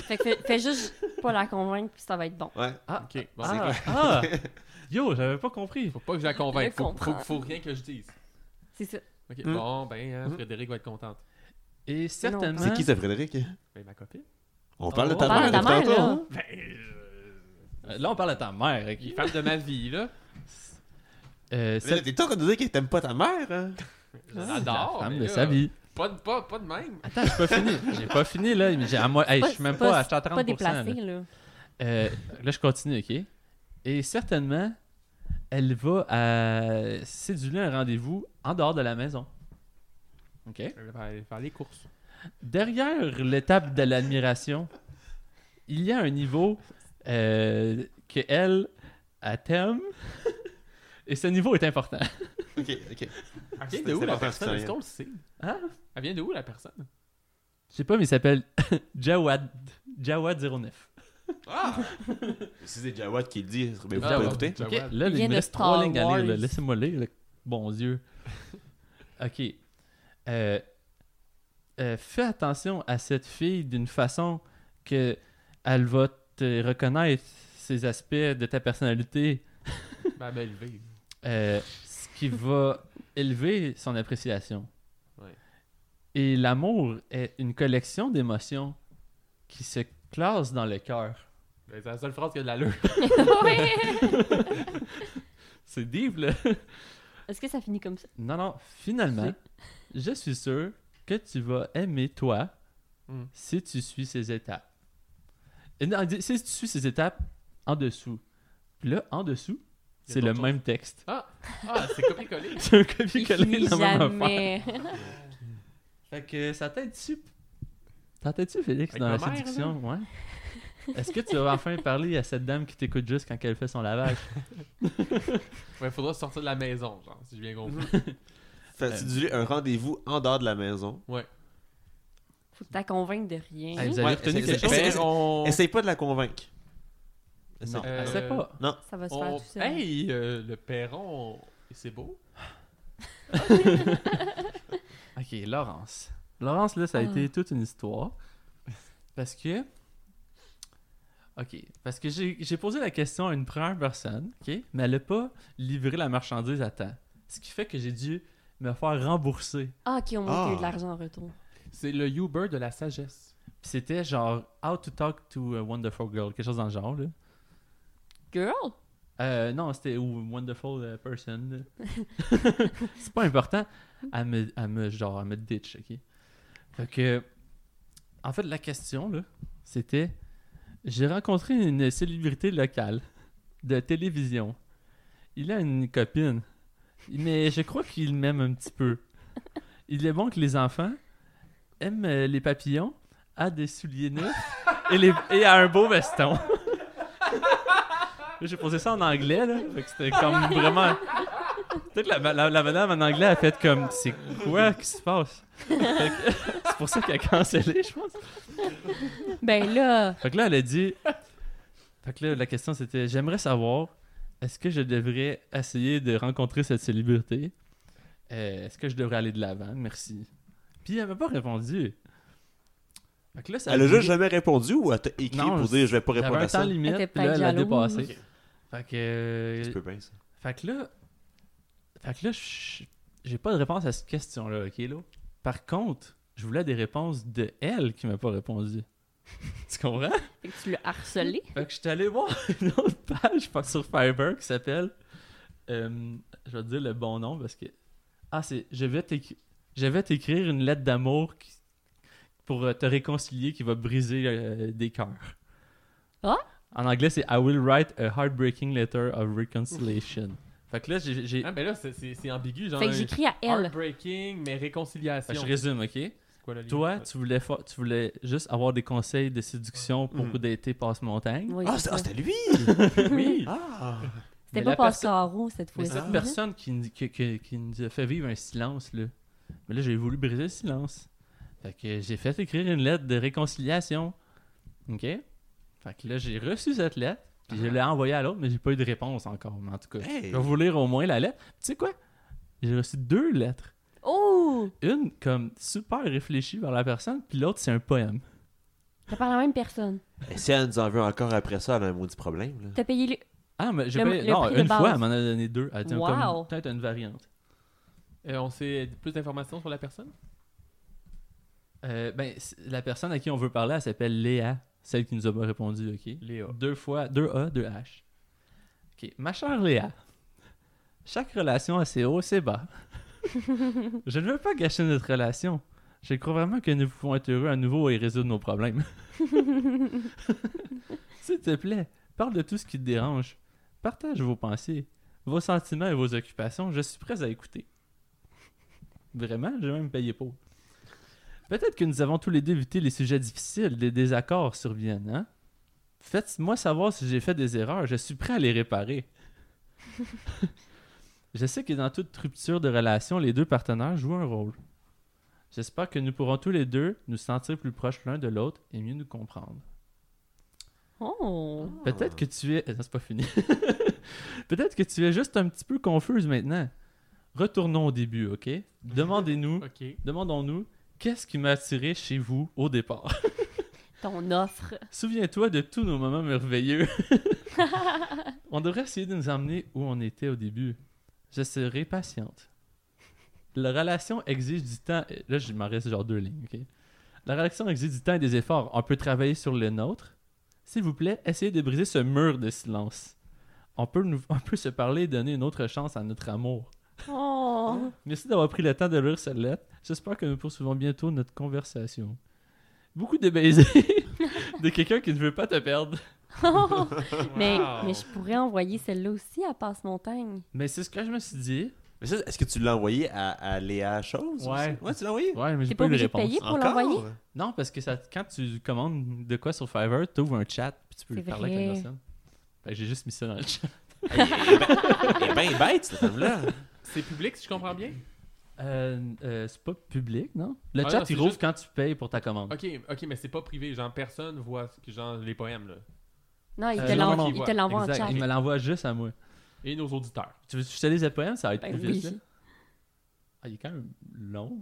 Speaker 4: Fait que fais, fais juste pas la convaincre, puis ça va être bon.
Speaker 2: Ouais.
Speaker 3: Ah,
Speaker 1: Ok, bon,
Speaker 3: ah,
Speaker 2: [laughs]
Speaker 3: ah! Yo, j'avais pas compris.
Speaker 1: Faut pas que je la convainque.
Speaker 4: Je
Speaker 1: Faut, faut,
Speaker 4: comprends.
Speaker 1: faut rien que je dise.
Speaker 4: C'est ça.
Speaker 1: Ok,
Speaker 2: Hmm.
Speaker 1: bon, ben, hein,
Speaker 2: Hmm.
Speaker 1: Frédéric va être contente.
Speaker 3: Et certainement.
Speaker 2: C'est qui ça, Frédéric
Speaker 1: Ben, ma copine.
Speaker 2: On parle de
Speaker 3: On
Speaker 2: ta
Speaker 4: Parle à
Speaker 2: mère.
Speaker 4: ta mère,
Speaker 2: depuis tantôt,
Speaker 4: là.
Speaker 2: hein?
Speaker 1: Ben, euh,
Speaker 3: Euh, Là, on parle à ta mère.
Speaker 1: il est
Speaker 3: ok.
Speaker 1: femme de ma vie, là.
Speaker 3: Euh,
Speaker 2: Mais là,
Speaker 3: cette-
Speaker 2: T'es en train de dire qu'elle t'aime pas ta mère, hein?
Speaker 1: J'adore.
Speaker 3: la femme
Speaker 1: mais
Speaker 3: de
Speaker 1: là,
Speaker 3: sa vie.
Speaker 1: Pas de, pas, pas de même.
Speaker 3: Attends, j'ai pas [laughs] fini. J'ai pas fini, là. mais J'ai à moi... hey, je suis même
Speaker 4: C'est pas-
Speaker 3: pas, hein. à- je suis à 30%.
Speaker 4: Pas déplacé,
Speaker 3: là. [laughs]
Speaker 4: là.
Speaker 3: Euh, là, je continue, OK? Et certainement, elle va à... céduler un rendez-vous en dehors de la maison. OK?
Speaker 1: Je vais aller faire les courses.
Speaker 3: Derrière l'étape de l'admiration, il y a un niveau euh, que elle, elle t'aime. Et ce niveau est important.
Speaker 2: Ok, ok.
Speaker 1: Elle
Speaker 2: C'est-
Speaker 1: vient de où
Speaker 2: c'est
Speaker 1: la
Speaker 2: important,
Speaker 1: personne
Speaker 2: c'est
Speaker 1: Est-ce qu'on le sait
Speaker 3: Hein?
Speaker 1: Elle vient de où la personne
Speaker 3: Je sais pas, mais il s'appelle [laughs] Jawad. Jawad09.
Speaker 2: Ah! [laughs] Si c'est Jawad qui le dit, mais vous
Speaker 1: Ah,
Speaker 2: pouvez
Speaker 1: ouais.
Speaker 2: écouter.
Speaker 1: Jawad.
Speaker 3: Ok, là,
Speaker 4: Il
Speaker 3: il,
Speaker 4: vient
Speaker 3: me
Speaker 4: de
Speaker 3: reste trois
Speaker 4: Star
Speaker 3: lignes à lire. là.
Speaker 4: Wars.
Speaker 3: Laissez-moi lire. là. Bon Dieu. ok. Euh, euh, fais attention à cette fille d'une façon que elle va te reconnaître ces aspects de ta personnalité,
Speaker 1: Ben, elle m'a élevé.
Speaker 3: euh, ce qui va élever son appréciation.
Speaker 1: Ouais.
Speaker 3: Et l'amour est une collection d'émotions qui se classent dans le cœur.
Speaker 1: Ben, c'est la seule phrase qui a de [laughs] l'allure.
Speaker 4: Ouais.
Speaker 3: C'est deep, là.
Speaker 4: Est-ce que ça finit comme ça?
Speaker 3: Non, non, finalement, je suis sûr que tu vas aimer toi
Speaker 1: Mm.
Speaker 3: si tu suis ces étapes. Et non, dis- Si tu suis ces étapes en dessous, puis là, en
Speaker 1: Il y
Speaker 3: dessous,
Speaker 1: a
Speaker 3: c'est le
Speaker 1: d'autres
Speaker 3: même texte. [laughs]
Speaker 1: Ah, c'est copier-coller.
Speaker 3: C'est un
Speaker 4: Il
Speaker 3: copier-coller
Speaker 4: finit
Speaker 3: de la même affaire.
Speaker 4: jamais.
Speaker 3: Fait que ça t'aide-tu ça t'aide-tu, Félix,
Speaker 1: Avec
Speaker 3: dans
Speaker 1: ma
Speaker 3: la
Speaker 1: mère, là?
Speaker 3: séduction? Ouais. Est-ce que tu vas enfin parler à cette dame qui t'écoute juste quand elle fait son lavage?
Speaker 1: Ouais, faudra sortir de la maison, genre, si j'ai bien compris.
Speaker 3: Euh.
Speaker 2: Fait du un rendez-vous en dehors de la maison.
Speaker 4: Faut que t'as convaincre de rien.
Speaker 3: Hey, vous avez
Speaker 2: Ouais,
Speaker 3: retenu
Speaker 2: essaye-
Speaker 3: quelque
Speaker 2: essaye-
Speaker 3: chose?
Speaker 1: Ben, on...
Speaker 2: Essaye pas de la convaincre. Essaye-
Speaker 3: Non,
Speaker 1: Euh,
Speaker 3: elle sait pas.
Speaker 4: Ça va se faire
Speaker 1: on...
Speaker 4: tout seul.
Speaker 1: Oh, Hey, euh, le perron, c'est beau.
Speaker 3: Ok, Laurence. Laurence, là, ça a
Speaker 4: Ah.
Speaker 3: été toute une histoire. Parce que. Ok. Parce que j'ai j'ai posé la question à une première personne, ok? Mais elle n'a pas livré la marchandise à temps. Ce qui fait que j'ai dû me faire rembourser.
Speaker 4: Ah, ok, au moins t'as eu
Speaker 2: Ah.
Speaker 4: de l'argent en retour.
Speaker 1: C'est le Uber de la sagesse.
Speaker 3: Puis c'était genre How to talk to a wonderful girl, quelque chose dans le genre, là.
Speaker 4: Girl?
Speaker 3: Euh, non, c'était ou Wonderful euh, Person. [laughs] là. c'est pas important. Elle me, elle me, genre, elle me ditch, ok? Fait que, en fait, la question, là, c'était J'ai rencontré une célébrité locale de télévision. Il a une copine, mais je crois qu'il m'aime un petit peu. Il est bon que les enfants aiment euh, les papillons, a des souliers neufs et, les, et a un beau veston. Là, J'ai posé ça en anglais, là. Fait que c'était comme vraiment. Peut-être la, la, la madame en anglais a fait comme c'est quoi qui se passe? Fait que- [laughs] c'est pour ça qu'elle a cancellé, je pense.
Speaker 4: Ben là,
Speaker 3: Fait que là, elle a dit. Fait que là, la question c'était j'aimerais savoir, est-ce que je devrais essayer de rencontrer cette célébrité? Euh, est-ce que je devrais aller de l'avant? Merci. Puis elle m'a pas répondu. Fait que là, ça
Speaker 2: Elle a
Speaker 3: dit-
Speaker 2: juste jamais répondu ou elle t'a écrit
Speaker 3: Euh, Non,
Speaker 2: pour dire je vais pas
Speaker 3: j'avais
Speaker 2: répondre
Speaker 3: un
Speaker 2: à
Speaker 3: temps
Speaker 2: ça?
Speaker 3: limite,
Speaker 4: Elle était
Speaker 3: puis là, elle l'a
Speaker 4: peut-être jalouse.
Speaker 3: dépassé. Fait que. euh,
Speaker 2: Tu peux bien ça.
Speaker 3: Fait que là, fait que là, je- j'ai pas de réponse à cette question-là, ok, là. Par contre, je voulais des réponses de elle qui m'a pas répondu. [laughs] tu comprends?
Speaker 4: fait que tu l'as harcelé.
Speaker 3: Fait que je suis allé voir [laughs] une autre page par- sur Fiverr qui s'appelle. euh, je vais te dire le bon nom parce que. Ah, c'est. Je vais t'éc- je vais t'écrire une lettre d'amour qui- pour euh, te réconcilier qui va briser euh, des cœurs.
Speaker 4: Ah?
Speaker 3: En anglais, c'est I will write a heartbreaking letter of reconciliation. Fait que là, j'ai- j'ai.
Speaker 1: Ah, ben là, c'est- c'est c'est ambigu, genre.
Speaker 4: Fait que
Speaker 1: un-
Speaker 4: j'écris à elle.
Speaker 1: Heartbreaking, mais
Speaker 3: Fait
Speaker 1: réconciliation.
Speaker 3: que je résume, ok?
Speaker 1: C'est quoi la ligne?
Speaker 3: Toi,
Speaker 1: Ouais.
Speaker 3: tu voulais, fa- tu voulais juste avoir des conseils de séduction pour
Speaker 2: Mhm.
Speaker 3: dater passe-montagne.
Speaker 4: Oui,
Speaker 2: Ah,
Speaker 4: c'est
Speaker 2: c'est-
Speaker 4: ça.
Speaker 2: ah, c'était lui!
Speaker 3: [laughs] Oui!
Speaker 2: Ah!
Speaker 3: Mais
Speaker 4: C'était pas
Speaker 3: la
Speaker 4: Pascaro cette
Speaker 3: Mais
Speaker 4: fois-ci.
Speaker 3: cette personne qui, nous- qui, qui- qui nous a fait vivre un silence, là. Mais là, j'ai voulu briser le silence. Fait que j'ai fait écrire une lettre de réconciliation. OK? Fait que là, j'ai reçu cette lettre, puis je l'ai envoyée à l'autre, mais j'ai pas eu de réponse encore. Mais en tout cas,
Speaker 2: Hey!
Speaker 3: je vais vous lire au moins la lettre. Tu sais quoi? J'ai reçu deux lettres.
Speaker 4: Oh!
Speaker 3: Une comme super réfléchie vers la personne, puis l'autre, c'est un poème.
Speaker 4: T'as parlé à la même personne.
Speaker 2: Et si Eh, elle nous en veut encore après ça, elle a un maudit problème. Là.
Speaker 4: T'as payé le.
Speaker 3: Ah, mais j'ai
Speaker 4: Le-
Speaker 3: pas-
Speaker 4: le
Speaker 3: Non,
Speaker 4: prix de
Speaker 3: une fois,
Speaker 4: base.
Speaker 3: elle m'en a donné deux. Elle a dit
Speaker 4: Wow.
Speaker 3: comme, peut-être une variante.
Speaker 1: Euh, on sait plus d'informations sur la personne
Speaker 3: Euh, ben, c- la personne à qui on veut parler, elle s'appelle Léa, celle qui nous a pas répondu, ok?
Speaker 1: Léa.
Speaker 3: Deux fois, deux A, deux H. Ok, ma chère Léa, chaque relation a ses hauts et ses bas. Je ne veux pas gâcher notre relation. Je crois vraiment que nous pouvons être heureux à nouveau et résoudre nos problèmes. S'il te plaît, parle de tout ce qui te dérange. Partage vos pensées, vos sentiments et vos occupations. Je suis prêt à écouter. Vraiment, j'ai même payé pour. Peut-être que nous avons tous les deux évité les sujets difficiles, les désaccords surviennent, hein? Faites-moi savoir si j'ai fait des erreurs, je suis prêt à les réparer. je sais que dans toute rupture de relation, les deux partenaires jouent un rôle. J'espère que nous pourrons tous les deux nous sentir plus proches l'un de l'autre et mieux nous comprendre.
Speaker 4: Oh!
Speaker 3: Peut-être que tu es. [laughs] Non, c'est pas fini. Peut-être que tu es juste un petit peu confuse maintenant. Retournons au début, ok? Demandez-nous
Speaker 1: Ok.
Speaker 3: Demandons-nous, qu'est-ce qui m'a attiré chez vous au départ?
Speaker 4: Ton offre.
Speaker 3: Souviens-toi de tous nos moments merveilleux. on devrait essayer de nous emmener où on était au début. Je serai patiente. La relation exige du temps. et- Là, je m'en reste genre deux lignes, ok? La relation exige du temps et des efforts. On peut travailler sur le nôtre. S'il vous plaît, essayez de briser ce mur de silence. On peut, nous- on peut se parler et donner une autre chance à notre amour. [laughs]
Speaker 4: Oh!
Speaker 3: Merci d'avoir pris le temps de lire
Speaker 4: [laughs]
Speaker 3: cette lettre. J'espère que nous poursuivons bientôt notre conversation. Beaucoup de baisers. de quelqu'un qui ne veut pas te perdre.
Speaker 4: mais,
Speaker 1: Wow.
Speaker 4: mais je pourrais envoyer celle-là aussi à Passe-Montagne.
Speaker 3: Mais c'est ce que je me suis dit.
Speaker 2: Mais ça, est-ce que tu l'as envoyé à, à Léa Chose?
Speaker 3: Ouais.
Speaker 2: aussi? Ouais, tu l'as envoyé?
Speaker 3: Ouais, mais j'ai
Speaker 4: T'es
Speaker 3: pas
Speaker 4: pas
Speaker 3: eu de
Speaker 4: obligé de
Speaker 3: réponse.
Speaker 4: payer pour l'envoyer?
Speaker 3: Non, parce que ça, quand tu commandes de quoi sur Fiverr, tu ouvres un chat puis tu peux
Speaker 4: C'est
Speaker 3: parler avec la
Speaker 4: vrai.
Speaker 3: personne. Fait que j'ai juste mis ça dans le chat.
Speaker 2: Il est ben- il est ben bête, cette femme-là.
Speaker 1: C'est public, si je comprends
Speaker 3: [clears throat]
Speaker 1: bien?
Speaker 3: Euh, euh, c'est pas public, non? Le
Speaker 1: Ah
Speaker 3: chat,
Speaker 1: non, c'est
Speaker 3: il rouvre
Speaker 1: juste-
Speaker 3: quand tu payes pour ta commande.
Speaker 1: Ok, ok, mais c'est pas privé. Genre, personne voit ce que- genre, les poèmes, là.
Speaker 4: Non, il
Speaker 3: Euh,
Speaker 4: te
Speaker 3: non,
Speaker 4: l'envoie-
Speaker 1: non,
Speaker 4: il
Speaker 1: non.
Speaker 4: te l'envoie en
Speaker 3: Exact.
Speaker 4: chat.
Speaker 3: Il me l'envoie juste à moi.
Speaker 1: Et nos auditeurs.
Speaker 3: Tu veux que je te lise le poème? Ça va être
Speaker 4: Ben
Speaker 3: plus
Speaker 4: oui.
Speaker 3: vite. là. Ah, il est quand même [laughs] long.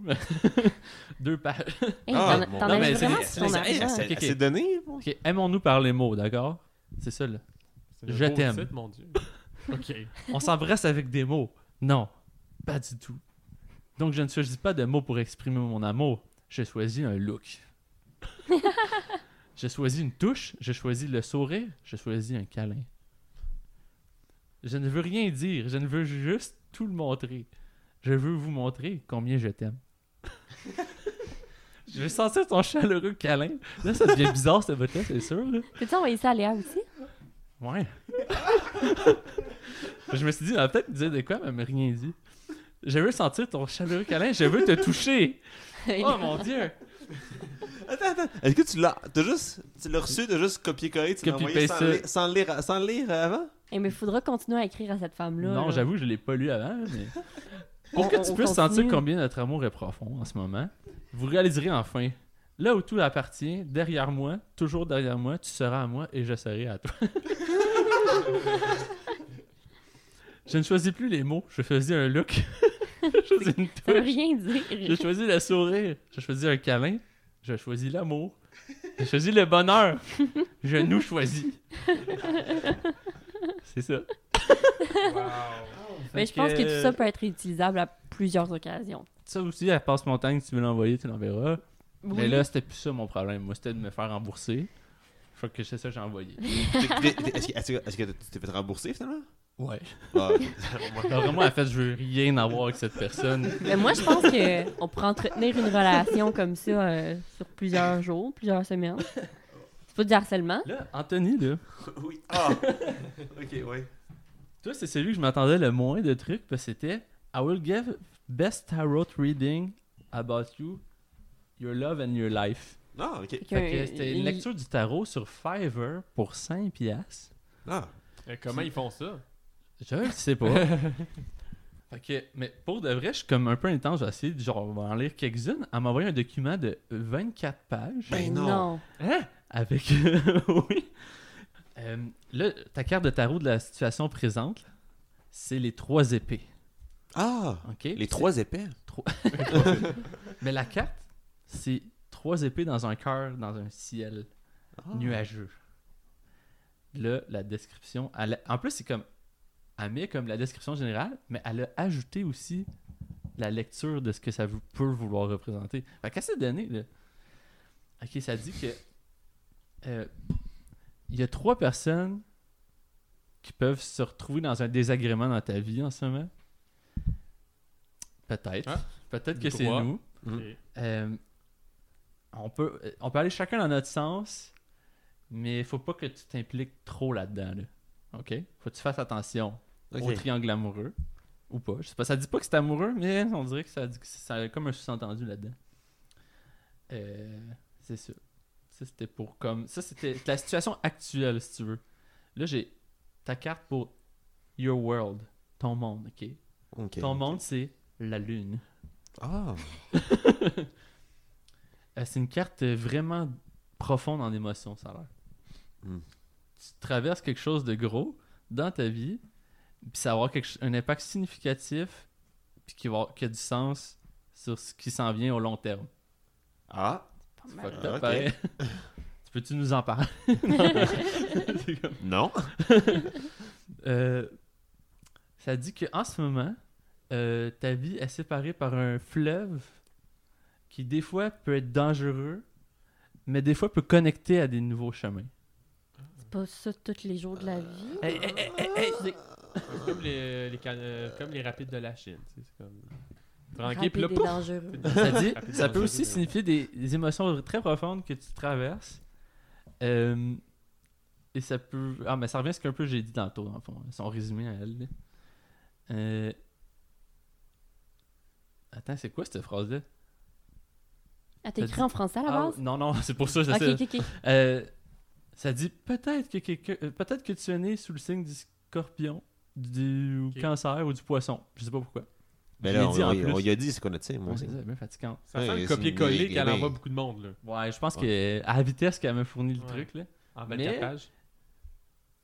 Speaker 3: Deux pages.
Speaker 4: Hey,
Speaker 2: Ah,
Speaker 4: t'en-
Speaker 2: mon
Speaker 4: T'en
Speaker 2: Dieu.
Speaker 3: Non, mais
Speaker 4: as
Speaker 3: c'est-
Speaker 4: vraiment
Speaker 2: Elle
Speaker 3: c'est-
Speaker 4: sur
Speaker 2: s'est-
Speaker 4: ton
Speaker 2: elle
Speaker 4: argent.
Speaker 2: s'est- elle
Speaker 3: Ok,
Speaker 2: s'est
Speaker 3: ok.
Speaker 2: donnée. bon.
Speaker 3: Ok, aimons-nous par les mots, d'accord? C'est ça, là.
Speaker 1: C'est le
Speaker 3: Je
Speaker 1: beau
Speaker 3: t'aime.
Speaker 1: titre, mon
Speaker 3: [laughs]
Speaker 1: Dieu. Ok.
Speaker 3: On s'embrasse avec des mots. Non, pas du tout. Donc, je ne choisis pas de mots pour exprimer mon amour. Je choisis un look. je choisis une touche. Je choisis le sourire. Je choisis un câlin. Je ne veux rien dire. Je ne veux juste tout le montrer. Je veux vous montrer combien je t'aime. je veux sentir ton chaleureux câlin. Là, ça devient bizarre, ce vote-là, c'est sûr. là.
Speaker 4: Peux-tu envoyer ça à Léa aussi?
Speaker 3: Ouais. [laughs] je me suis dit, elle va peut-être me dire de quoi, mais elle m'a rien dit. Je veux sentir ton chaleureux câlin, je veux te
Speaker 4: [laughs]
Speaker 3: toucher. Oh mon dieu!
Speaker 2: Attends, attends. Est-ce que tu l'as t'as juste, tu l'as reçu, t'as juste copié-collé, tu l'as envoyé sans,
Speaker 3: Copy-paste.
Speaker 2: li- sans lire, sans lire avant?
Speaker 4: Et Eh, mais faudra continuer à écrire à cette femme-là.
Speaker 3: Non,
Speaker 4: là.
Speaker 3: j'avoue, je l'ai pas lu avant,
Speaker 4: [laughs]
Speaker 3: mais.
Speaker 4: On-
Speaker 3: Pour que
Speaker 4: on-
Speaker 3: tu
Speaker 4: on
Speaker 3: puisses sentir
Speaker 4: continue.
Speaker 3: combien notre amour est profond en ce moment, vous réaliserez enfin. Là où tout appartient, derrière moi, toujours derrière moi, tu seras à moi et je serai
Speaker 4: [laughs]
Speaker 3: à toi. je ne choisis plus les mots, je choisis un
Speaker 4: [laughs]
Speaker 3: look. je choisis une
Speaker 4: Ça veut
Speaker 3: touche.
Speaker 4: rien
Speaker 3: [laughs] J'ai
Speaker 4: dire.
Speaker 3: choisi le sourire. J'ai choisi un câlin. J'ai choisi l'amour. J'ai choisi le bonheur. Je nous choisis. C'est ça.
Speaker 4: Mais
Speaker 3: Fait
Speaker 4: je pense que tout ça peut être utilisable à plusieurs occasions.
Speaker 3: ça aussi, à Passe-Montagne, si tu veux l'envoyer, tu l'enverras. Mais
Speaker 4: Oui.
Speaker 3: là, c'était plus ça mon problème. Moi, c'était de me faire rembourser. Je crois que c'est ça que j'ai envoyé.
Speaker 2: T'es- t'es- t'es- Est-ce que- est-ce que est-ce que tu t'es fait rembourser finalement?
Speaker 5: Ouais.
Speaker 2: Ah, [laughs]
Speaker 3: Alors, vraiment, en fait, je veux rien avoir avec cette personne.
Speaker 4: Mais moi, je pense qu'on pourrait entretenir une relation comme ça euh, sur plusieurs jours, plusieurs semaines. C'est pas du harcèlement.
Speaker 3: Là, Anthony, là,
Speaker 2: oui. Ah! ok, oui.
Speaker 3: toi, c'est celui que je m'attendais le moins de trucs, parce que c'était I will give best tarot reading about you, your love and your life.
Speaker 2: Non, Ah, ok.
Speaker 4: Fait que,
Speaker 3: Fait que c'était une
Speaker 4: il-
Speaker 3: lecture du tarot sur Fiverr pour 5 piastres.
Speaker 2: Ah.
Speaker 1: Euh, comment ils font ça?
Speaker 3: Je le sais pas. Fait que- mais pour de vrai, je suis comme un peu intense. J'ai essayé de genre en lire quelques-unes. Elle m'a envoyé un document de 24 pages.
Speaker 2: Ben non.
Speaker 3: Hein? Avec. [laughs] oui. Euh, là, ta carte de tarot de la situation présente, c'est les trois épées.
Speaker 2: Ah!
Speaker 3: OK?
Speaker 2: Les
Speaker 3: Puis
Speaker 2: trois épais.
Speaker 3: c'est- Mais la carte, c'est trois épées dans un cœur, dans un ciel.
Speaker 2: Ah.
Speaker 3: nuageux. Là, la description. elle a- En plus, c'est comme. Elle met comme la description générale, mais elle a ajouté aussi la lecture de ce que ça vous- peut vouloir représenter. Fait qu'à cette donnée, là. Ok, ça dit que. euh, Il y a trois personnes qui peuvent se retrouver dans un désagrément dans ta vie en ce moment. Peut-être.
Speaker 1: Hein?
Speaker 3: Peut-être que
Speaker 1: Des
Speaker 3: c'est
Speaker 1: trois.
Speaker 3: nous.
Speaker 2: Mm.
Speaker 1: Ok.
Speaker 3: Euh, on, peut, euh, on peut aller chacun dans notre sens, mais il faut pas que tu t'impliques trop là-dedans. Là. OK? faut que tu fasses attention
Speaker 2: Ok.
Speaker 3: au triangle amoureux. Ou pas. Je sais pas, ça dit pas que c'est amoureux, mais on dirait que ça, dit que ça a comme un sous-entendu là-dedans. Euh, c'est ça. Ça, c'était pour comme. Ça, c'était la situation actuelle, si tu veux. Là, j'ai ta carte pour Your World, ton monde, OK?
Speaker 2: Ok.
Speaker 3: Ton monde, c'est la Lune.
Speaker 2: Ah!
Speaker 3: Euh, c'est une carte euh, vraiment profonde en émotion, ça a l'air.
Speaker 2: Mm.
Speaker 3: Tu traverses quelque chose de gros dans ta vie, puis ça va avoir quelque ch- un impact significatif, puis qui, va avoir- qui a du sens sur ce qui s'en vient au long terme.
Speaker 2: Ah!
Speaker 4: Pas
Speaker 3: C'est
Speaker 4: mal.
Speaker 3: fucked up,
Speaker 2: Ok. [laughs]
Speaker 3: pareil. tu peux-tu nous en parler? C'est comme-
Speaker 2: Non!
Speaker 3: Euh, ça dit que en ce moment, euh, ta vie est séparée par un fleuve qui des fois peut être dangereux, mais des fois peut connecter à des nouveaux chemins.
Speaker 4: C'est pas ça tous les jours
Speaker 2: Euh,
Speaker 4: de la vie.
Speaker 3: Hey, hey, hey, hey, hey, c'est-
Speaker 1: C'est comme les, les can- euh, comme les rapides de la Chine. tu sais, C'est comme. Tranquille,
Speaker 4: Rapide
Speaker 1: puis là,
Speaker 4: et
Speaker 1: pouf!
Speaker 4: dangereux.
Speaker 1: T'es
Speaker 4: Ah,
Speaker 1: dans-
Speaker 3: [laughs] Ça, dit,
Speaker 1: rapide,
Speaker 3: ça peut
Speaker 1: dangereux.
Speaker 3: aussi signifier des, des émotions très profondes que tu traverses, Euh, et ça peut. Ah, mais ça revient à ce qu'un peu j'ai dit tantôt, en fond. Son résumé à elle. là. Euh, Attends, c'est quoi cette phrase-là
Speaker 4: Ah, t'as
Speaker 3: dit-
Speaker 4: écrit en français à la
Speaker 3: Ah,
Speaker 4: base?
Speaker 3: Non, [laughs] non, c'est pour ça, je
Speaker 4: ok,
Speaker 3: sais.
Speaker 4: ok, Ah, ok.
Speaker 3: Euh, ça dit peut-être que quelqu'un- euh, peut-être que tu es né sous le signe du scorpion, du
Speaker 1: Ok.
Speaker 3: cancer ou du poisson. Je sais pas pourquoi.
Speaker 2: Mais
Speaker 3: Je l'ai
Speaker 2: Ben là, on,
Speaker 3: dit en
Speaker 2: on-
Speaker 3: plus.
Speaker 2: on y a dit c'est qu'on a tiré, moi
Speaker 3: Ouais,
Speaker 2: aussi.
Speaker 3: c'est ça, bien fatigant.
Speaker 1: Ça
Speaker 2: Ouais,
Speaker 1: sent le
Speaker 2: c'est
Speaker 1: copier-coller
Speaker 2: une-
Speaker 1: qu'elle
Speaker 2: mais-
Speaker 1: envoie beaucoup de monde, là.
Speaker 3: Ouais, je pense que à la vitesse qu'elle m'a fourni le
Speaker 1: Ouais.
Speaker 3: truc là.
Speaker 1: En
Speaker 3: Mais-
Speaker 1: 24 pages.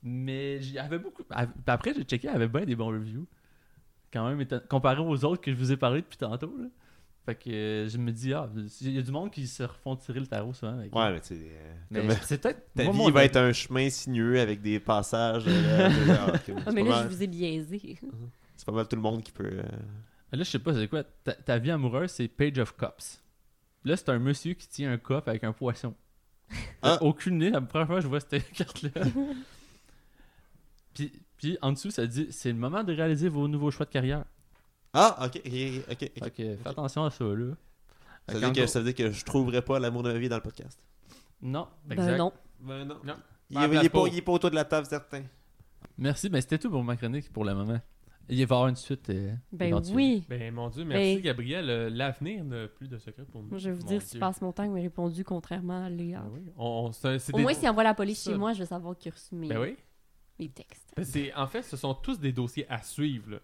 Speaker 3: Mais j'y avais beaucoup. av- puis Après, j'ai checké, elle avait bien des bons reviews. Quand même, éton- comparé aux autres que je vous ai parlé depuis tantôt. Là. Fait que euh, je me dis, ah, il y a du monde qui se refont tirer le tarot souvent. Avec
Speaker 2: Ouais, mais tu sais. euh,
Speaker 3: mais
Speaker 2: comme-
Speaker 3: c'est peut-être.
Speaker 2: Ta
Speaker 3: moi,
Speaker 2: vie
Speaker 3: mon-
Speaker 2: va être un chemin sinueux avec des passages. euh, [laughs] là, ok, c'est
Speaker 4: Ah, mais
Speaker 2: pas
Speaker 4: là, je
Speaker 2: mal-
Speaker 4: vous ai biaisé.
Speaker 2: C'est pas mal tout le monde qui peut. euh,
Speaker 3: Là, je sais pas, c'est quoi. Ta, ta vie amoureuse, c'est Page of Cups. Là, c'est un monsieur qui tient un cop avec un poisson.
Speaker 2: Ah.
Speaker 3: Aucune idée, la première fois que je vois cette [laughs] carte-là. puis, puis en dessous, ça dit c'est le moment de réaliser vos nouveaux choix de carrière.
Speaker 2: Ah, ok, ok, ok. ok.
Speaker 3: Fait que fais attention à ça, là.
Speaker 2: Ça,
Speaker 3: Fait
Speaker 2: veut dire
Speaker 3: qu'en
Speaker 2: que,
Speaker 3: gros-
Speaker 2: ça veut dire que je trouverai pas l'amour de ma vie dans le podcast.
Speaker 3: Non, exact.
Speaker 4: Ben non.
Speaker 2: Ben non.
Speaker 1: Non.
Speaker 2: Il,
Speaker 1: Pas la
Speaker 2: est- il
Speaker 1: place
Speaker 2: est pas,
Speaker 1: pour.
Speaker 2: il est pas autour de la table, certain.
Speaker 3: Merci, mais c'était tout pour ma chronique pour le moment. Il va y avoir une suite. euh,
Speaker 4: Ben
Speaker 3: éventuelle.
Speaker 4: oui.
Speaker 1: Ben, mon Dieu, merci,
Speaker 4: Ben-
Speaker 1: Gabriel. Euh, L'avenir n'a plus de secret pour nous.
Speaker 4: Moi, je vais vous
Speaker 1: Mon
Speaker 4: dire si
Speaker 1: Dieu.
Speaker 4: je passe mon temps, il m'a répondu contrairement à Léa.
Speaker 1: Ben oui. On, on- c'est- c'est
Speaker 4: Au
Speaker 1: des-
Speaker 4: moins, s'il envoie la police
Speaker 1: Ça.
Speaker 4: chez moi, je vais savoir qu'il a reçu mes,
Speaker 1: Ben oui.
Speaker 4: mes textes.
Speaker 1: Ben, c'est- en fait, ce sont tous des dossiers à suivre. Là.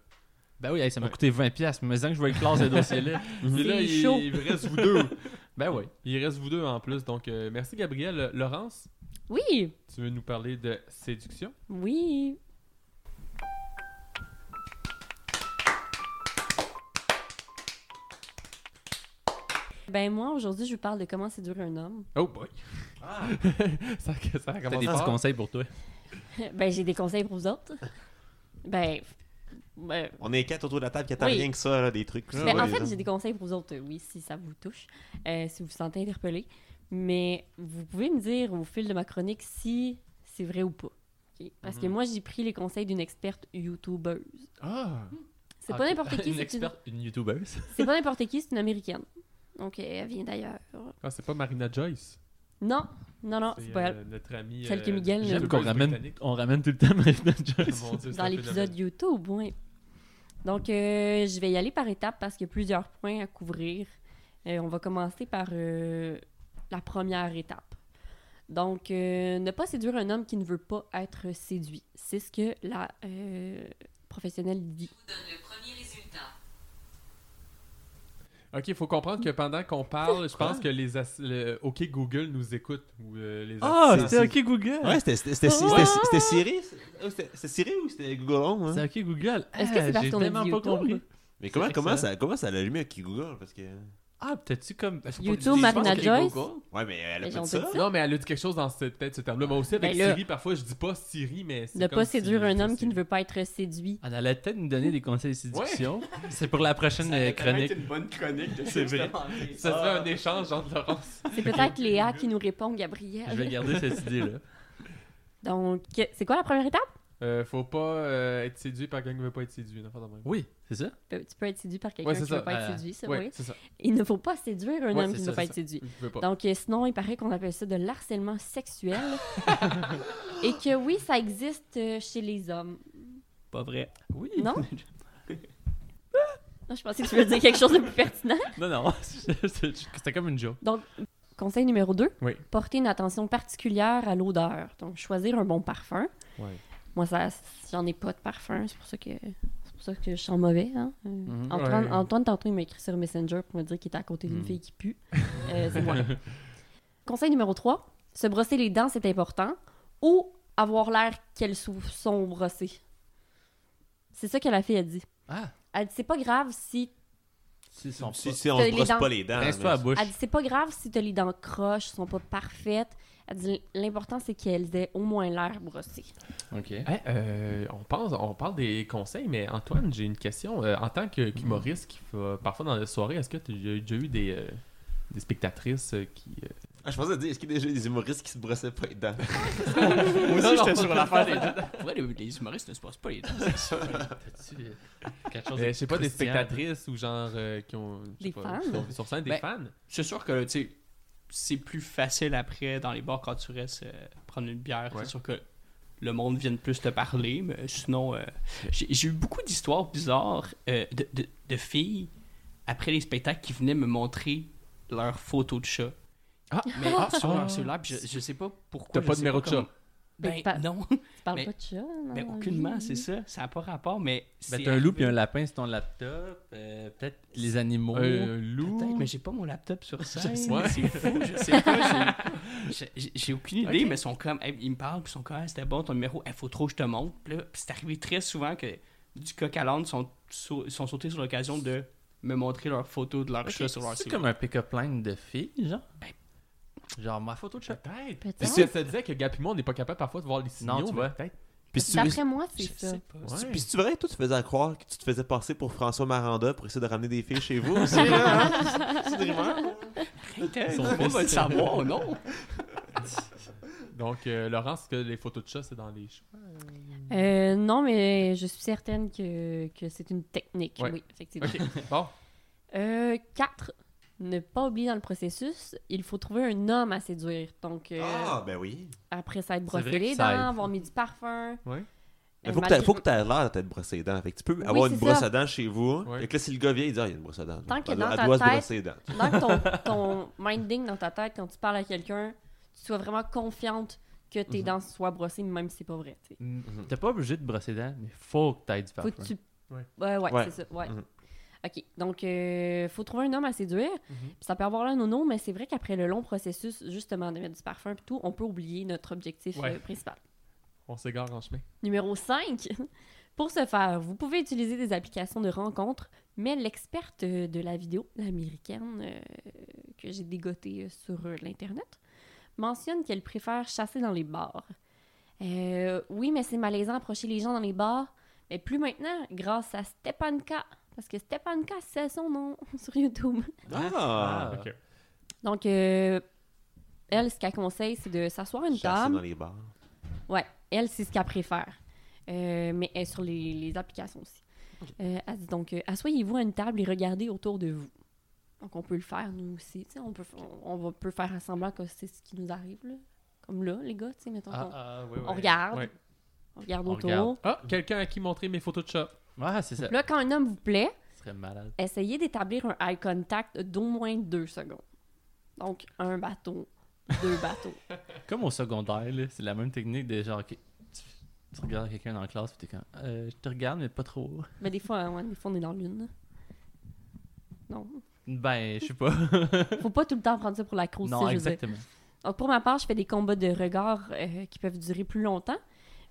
Speaker 3: Ben oui, hey, ça m'a
Speaker 1: Ouais.
Speaker 3: coûté 20$, piastres, mais disant que je vais éclore ce dossier-là.
Speaker 1: Et là,
Speaker 4: C'est
Speaker 1: il,
Speaker 4: chaud.
Speaker 1: il reste vous
Speaker 4: [laughs]
Speaker 1: deux.
Speaker 3: Ben oui.
Speaker 1: Il reste vous deux en plus. Donc, euh, merci, Gabriel. Euh, Laurence,
Speaker 4: Oui,
Speaker 1: tu veux nous parler de séduction
Speaker 4: oui. Ben moi, aujourd'hui, je vous parle de comment séduire un homme. [laughs]
Speaker 1: Oh boy. [laughs] ça, ça
Speaker 3: Ah. T'as
Speaker 1: commence
Speaker 3: des petits
Speaker 1: fort.
Speaker 3: conseils pour toi.
Speaker 4: ben, j'ai des conseils pour vous autres. Ben, ben,
Speaker 2: On est quatre autour de la table qui attendent
Speaker 4: Oui.
Speaker 2: rien que ça, là, des trucs.
Speaker 1: Ben,
Speaker 3: Ah
Speaker 2: ça,
Speaker 4: Ben,
Speaker 2: ouais,
Speaker 4: en
Speaker 2: les
Speaker 4: fait,
Speaker 3: hein.
Speaker 2: gens.
Speaker 4: j'ai des conseils pour vous autres, euh, oui, si ça vous touche, euh, si vous vous sentez interpellé. Mais vous pouvez me dire au fil de ma chronique si c'est vrai ou pas. ok? Parce que
Speaker 1: Mhm.
Speaker 4: moi, j'ai pris les conseils d'une experte youtubeuse.
Speaker 1: Ah,
Speaker 4: C'est
Speaker 3: Ah,
Speaker 4: pas
Speaker 3: [laughs]
Speaker 4: n'importe qui,
Speaker 3: Une
Speaker 4: c'est une...
Speaker 3: experte, une youtubeuse. [laughs]
Speaker 4: c'est pas n'importe qui, c'est une américaine. Donc, euh, elle vient d'ailleurs.
Speaker 1: Ah, c'est pas Marina Joyce.
Speaker 4: Non, non, non, c'est
Speaker 1: C'est
Speaker 4: pas
Speaker 1: euh,
Speaker 4: elle.
Speaker 1: notre amie.
Speaker 4: Celle que Miguel-
Speaker 3: J'aime
Speaker 4: Youtubeuse
Speaker 3: qu'on ramène,
Speaker 1: [laughs]
Speaker 3: on ramène tout le temps Marina
Speaker 4: [laughs]
Speaker 3: Joyce.
Speaker 4: Dans l'épisode YouTube, oui. Donc, euh, je vais y aller par étapes parce qu'il y a plusieurs points à couvrir. Euh, on va commencer par euh, la première étape. Donc, euh, ne pas séduire un homme qui ne veut pas être séduit. C'est ce que la euh, professionnelle dit.
Speaker 1: Ok, il faut comprendre que pendant qu'on parle, je pense que les ass- le- OK Google nous écoute. Ou, euh, les
Speaker 3: Ah,
Speaker 1: assistants.
Speaker 3: c'était OK Google.
Speaker 2: Ouais, c'était- c'était c'était-
Speaker 4: Ouais.
Speaker 2: c'était- c'était Siri oh, C'était c'était Siri ou c'était Google Home hein?
Speaker 3: C'est OK Google.
Speaker 4: Est-ce que c'est
Speaker 3: Ah,
Speaker 4: parce
Speaker 3: j'ai
Speaker 4: qu'on a
Speaker 3: tellement
Speaker 4: dit
Speaker 3: pas
Speaker 4: YouTube?
Speaker 3: compris.
Speaker 2: Mais comment, comment,
Speaker 3: excellent.
Speaker 2: ça, comment ça l'a allumé avec Google Parce que.
Speaker 3: Ah, peut-être-tu comme.
Speaker 4: YouTube, Marina Joyce.
Speaker 2: Ouais, mais elle a
Speaker 4: Mais
Speaker 2: pas
Speaker 4: on
Speaker 2: dit
Speaker 4: peut
Speaker 2: ça.
Speaker 4: dire
Speaker 1: Non, mais elle a dit quelque chose dans ce- peut-être ce terme-là. Moi aussi, avec
Speaker 4: Ben là-
Speaker 1: Siri, parfois, je dis pas Siri, mais c'est.
Speaker 4: Ne
Speaker 1: comme
Speaker 4: pas séduire
Speaker 1: si-
Speaker 4: un homme
Speaker 1: c'est-
Speaker 4: qui ne veut pas
Speaker 1: [laughs]
Speaker 4: être séduit.
Speaker 3: Elle allait peut-être nous donner des conseils de séduction. C'est pour la prochaine euh, chronique.
Speaker 5: une bonne chronique [laughs] de
Speaker 1: C'est vrai. Ça serait
Speaker 5: Ah.
Speaker 1: un échange entre
Speaker 4: [laughs]
Speaker 1: Laurence.
Speaker 4: C'est peut-être Léa qui nous répond, Gabriel.
Speaker 3: Je vais garder cette idée-là.
Speaker 4: Donc, c'est quoi la première étape?
Speaker 1: Euh, faut pas euh, être séduit par quelqu'un qui veut pas être séduit. une affaire de même.
Speaker 3: Oui, c'est ça.
Speaker 4: Pe- Tu peux être séduit par quelqu'un
Speaker 1: Ouais, c'est
Speaker 4: qui ne
Speaker 1: ça.
Speaker 4: veut pas
Speaker 3: Euh,
Speaker 4: être séduit, ça,
Speaker 1: Ouais,
Speaker 4: oui.
Speaker 1: c'est ça.
Speaker 4: Il ne faut pas séduire un
Speaker 1: Ouais,
Speaker 4: homme
Speaker 1: c'est
Speaker 4: qui ne
Speaker 1: ça,
Speaker 4: veut pas
Speaker 1: c'est
Speaker 4: être
Speaker 1: ça.
Speaker 4: séduit.
Speaker 1: Je veux pas.
Speaker 4: Donc, euh, sinon, il paraît qu'on appelle ça de
Speaker 3: [laughs]
Speaker 4: l'harcèlement sexuel. Et que oui, ça existe euh, chez les hommes.
Speaker 5: Pas vrai.
Speaker 3: Oui. [laughs]
Speaker 4: Non? Non, je pensais que tu voulais dire quelque chose de plus pertinent.
Speaker 3: Non, non. [laughs] C'était comme une joke.
Speaker 4: Donc, conseil numéro 2,
Speaker 1: Oui.
Speaker 4: porter une attention particulière à l'odeur. Donc, choisir un bon parfum.
Speaker 1: Ouais.
Speaker 4: Moi, ça, j'en ai pas de parfum, c'est pour ça que c'est pour ça que je sens mauvais. Hein? Euh,
Speaker 3: Mhm.
Speaker 4: Antoine,
Speaker 1: Ouais.
Speaker 4: Antoine, tantôt, il m'a écrit sur Messenger pour me dire qu'il était à côté d'une
Speaker 5: Hmm.
Speaker 3: Mm.
Speaker 4: fille qui
Speaker 5: [laughs]
Speaker 4: pue. Euh, c'est moi. Conseil numéro 3, se brosser les dents, c'est important. Ou avoir l'air qu'elles sou- sont brossées. C'est ça que la fille a dit.
Speaker 3: Ah,
Speaker 4: Elle dit c'est pas grave si
Speaker 3: c'est son
Speaker 2: Si,
Speaker 3: pas.
Speaker 2: si on
Speaker 4: T'as
Speaker 2: se
Speaker 4: les
Speaker 2: brosse
Speaker 4: dents.
Speaker 2: pas les dents.
Speaker 3: Reste-toi à
Speaker 2: mais-
Speaker 3: bouche.
Speaker 4: elle dit c'est pas grave si t'as les dents croches, sont pas parfaites. Elle dit l'important c'est qu'elles aient au moins l'air brossées.
Speaker 3: Ok.
Speaker 1: Hey, euh, on, pense, on parle des conseils, mais Antoine, j'ai une question. Euh, en tant que- qu'humoriste qui va parfois dans les soirées, est-ce que tu as déjà eu des, euh, des spectatrices euh, qui. euh,
Speaker 2: Ah, je pensais dire, est-ce qu'il y a déjà des humoristes qui se brossaient pas les dents
Speaker 5: Moi
Speaker 1: Non,
Speaker 5: aussi,
Speaker 1: non,
Speaker 5: j'étais
Speaker 1: pas
Speaker 5: sur
Speaker 1: de
Speaker 5: l'affaire des dents. Ouais, les, les humoristes ne se passent pas les dents.
Speaker 3: T'as-tu euh, quelque chose
Speaker 1: euh, je sais pas, des
Speaker 3: croustillant?
Speaker 1: spectatrices ou genre euh, qui ont. je sais
Speaker 4: Des
Speaker 1: pas,
Speaker 4: fans?
Speaker 1: qui sont- Sur scène, des
Speaker 5: Ben,
Speaker 1: fans.
Speaker 5: C'est sûr que, tu sais, c'est plus facile après dans les bars quand tu restes euh, prendre une bière.
Speaker 1: Ouais.
Speaker 5: C'est sûr que le monde vient de plus te parler, mais sinon, euh, j'ai j'ai eu beaucoup d'histoires bizarres euh, de, de- de filles après les spectacles qui venaient me montrer leurs photos de chat.
Speaker 1: Ah,
Speaker 5: Mais sur
Speaker 1: Ah.
Speaker 5: leur cellulaire, puis je, je sais pas pourquoi.
Speaker 1: T'as
Speaker 5: je
Speaker 1: pas de
Speaker 5: sais
Speaker 1: numéro de
Speaker 5: comment-
Speaker 1: chat.
Speaker 5: Ben
Speaker 4: Mais pas-
Speaker 5: non,
Speaker 4: Tu parles
Speaker 5: Mais-
Speaker 4: pas de chat, non?
Speaker 5: mais
Speaker 4: dans la
Speaker 5: Ben, aucunement,
Speaker 4: vie?
Speaker 5: c'est ça. Ça n'a pas rapport, mais.
Speaker 3: Ben,
Speaker 5: c'est
Speaker 3: t'as un loup
Speaker 5: arrivé.
Speaker 3: puis un lapin sur ton laptop. euh, Peut-être les animaux.
Speaker 1: Un loup.
Speaker 5: Peut-être, mais j'ai pas mon laptop sur scène.
Speaker 1: sais pas.
Speaker 5: C'est fou, je sais pas. j'ai- J'ai j'ai aucune idée, mais ils sont comme, hey, ils me parlent, puis ils sont comme, Ah, c'était bon ton numéro, il faut trop que je te montre. Puis là, puis c'est arrivé très souvent que du coq à l'âne sont, sau- sont sautés sur l'occasion de me montrer leurs photos de leur chat sur leur
Speaker 3: C'est
Speaker 5: site.
Speaker 3: comme un pick-up line de filles, genre. Ben, Genre ma photo de chat.
Speaker 1: Peut-être.
Speaker 4: Peut-être.
Speaker 1: Puis Ça ça disait que Gap et moi, on n'est pas capable parfois de voir les signaux.
Speaker 3: Non, tu
Speaker 1: mais
Speaker 3: vois.
Speaker 1: Peut-être.
Speaker 2: Puis si tu
Speaker 4: D'après moi, c'est
Speaker 5: Je
Speaker 4: ça.
Speaker 5: sais pas.
Speaker 1: Ouais.
Speaker 2: [laughs] Puis c'est vrai, toi, tu faisais à croire que tu te faisais passer pour François Maranda pour essayer de ramener des filles chez vous aussi. là,
Speaker 4: [laughs]
Speaker 2: hein? C'est des rumeurs.
Speaker 5: Putain,
Speaker 1: Son
Speaker 5: tout le monde
Speaker 1: fils.
Speaker 5: va le savoir, non?
Speaker 1: Donc, euh, Laurence, que les photos de chat, c'est dans les chats.
Speaker 4: Euh, non, mais je suis certaine que, que c'est une technique.
Speaker 1: Ouais.
Speaker 4: Oui, effectivement.
Speaker 1: Ok, [laughs] bon.
Speaker 4: Euh, quatre, ne pas oublier dans le processus, il faut trouver un homme à séduire. Donc, euh,
Speaker 2: Ah, ben oui.
Speaker 4: après ça, être
Speaker 3: C'est vrai
Speaker 4: brossé les
Speaker 3: que ça aide.
Speaker 4: dents, avoir mis du parfum.
Speaker 1: Ouais.
Speaker 2: Il
Speaker 4: Euh,
Speaker 2: faut que
Speaker 4: malgré-
Speaker 2: t'a- faut
Speaker 4: [laughs]
Speaker 2: que t'aies l'air de t'être brossé les dents. Fait que tu peux
Speaker 4: Oui,
Speaker 2: avoir
Speaker 4: c'est
Speaker 2: une brosse
Speaker 4: ça.
Speaker 2: à dents chez vous. hein.
Speaker 1: Ouais.
Speaker 2: Fait que là, si le gars vient, il dit Ah, il y a une brosse à dents.
Speaker 4: Tant que
Speaker 2: Elle-
Speaker 4: dans
Speaker 2: elle
Speaker 4: ta
Speaker 2: doit se
Speaker 4: tête-
Speaker 2: brosser les dents.
Speaker 4: Dans que ton, ton minding dans ta tête, quand tu parles à quelqu'un, tu sois vraiment confiante que tes
Speaker 1: Mhm.
Speaker 4: dents soient brossées, même si c'est pas vrai. tu sais.
Speaker 3: Mm-hmm. T'es pas obligé de brosser les dents, mais faut que t'aies du
Speaker 4: Faut
Speaker 3: parfum.
Speaker 4: que tu...
Speaker 1: Ouais.
Speaker 4: Ouais, ouais,
Speaker 2: Ouais.
Speaker 4: c'est ça. Ouais.
Speaker 2: Mhm.
Speaker 4: OK. Donc, euh, faut trouver un homme à séduire. Puis Ça peut avoir là non, non, mais c'est vrai qu'après le long processus, justement, de mettre du parfum et tout, on peut oublier notre objectif
Speaker 1: Ouais.
Speaker 4: euh, principal.
Speaker 1: On s'égare en chemin.
Speaker 4: Numéro 5. Pour ce faire, vous pouvez utiliser des applications de rencontres, mais l'experte euh, de la vidéo, l'américaine, euh, que j'ai dégotée euh, sur euh, l'Internet, mentionne qu'elle préfère chasser dans les bars. Euh, oui, mais c'est malaisant approcher les gens dans les bars, mais plus maintenant, grâce à Stepanka, parce que Stepanka, c'est son nom [laughs] sur YouTube.
Speaker 2: Ah,
Speaker 3: Ah.
Speaker 1: Ok.
Speaker 4: Donc, euh, elle, ce qu'elle conseille, c'est de s'asseoir à une
Speaker 2: Chasser
Speaker 4: table,
Speaker 2: dans les bars.
Speaker 4: Ouais, elle, c'est ce qu'elle préfère. Euh, mais elle est sur les, les applications aussi. Euh, elle dit donc, euh, asseyez-vous à une table et regardez autour de vous. Donc, on peut le faire, nous aussi. tu sais, On peut, f- on, on va- peut faire semblant que c'est ce qui nous arrive, là. Comme là, les gars, tu sais, mettons. qu'on-
Speaker 1: ah, oui,
Speaker 4: on regarde.
Speaker 1: Ouais.
Speaker 4: on, regarde
Speaker 3: On
Speaker 4: autour.
Speaker 3: regarde.
Speaker 1: Ah, quelqu'un à qui montrer mes photos de chat.
Speaker 3: Ouais, c'est ça.
Speaker 4: Là, quand un homme vous plaît,
Speaker 3: Ce serait malade.
Speaker 4: essayez d'établir un eye contact d'au moins deux secondes. Donc, un bateau, deux bateaux.
Speaker 3: Comme au secondaire, là, c'est la même technique de genre. ok, tu, tu regardes quelqu'un dans la classe, puis t'es comme. Euh, je te regarde, mais pas trop.
Speaker 4: Mais des fois, ouais, des fois, on est dans l'une. Non.
Speaker 3: Ben, je sais pas.
Speaker 4: Faut pas tout le temps prendre ça pour la crouse,
Speaker 3: non,
Speaker 4: je veux dire.
Speaker 3: exactement.
Speaker 4: Donc, pour ma part, je fais des combats de regards euh, qui peuvent durer plus longtemps,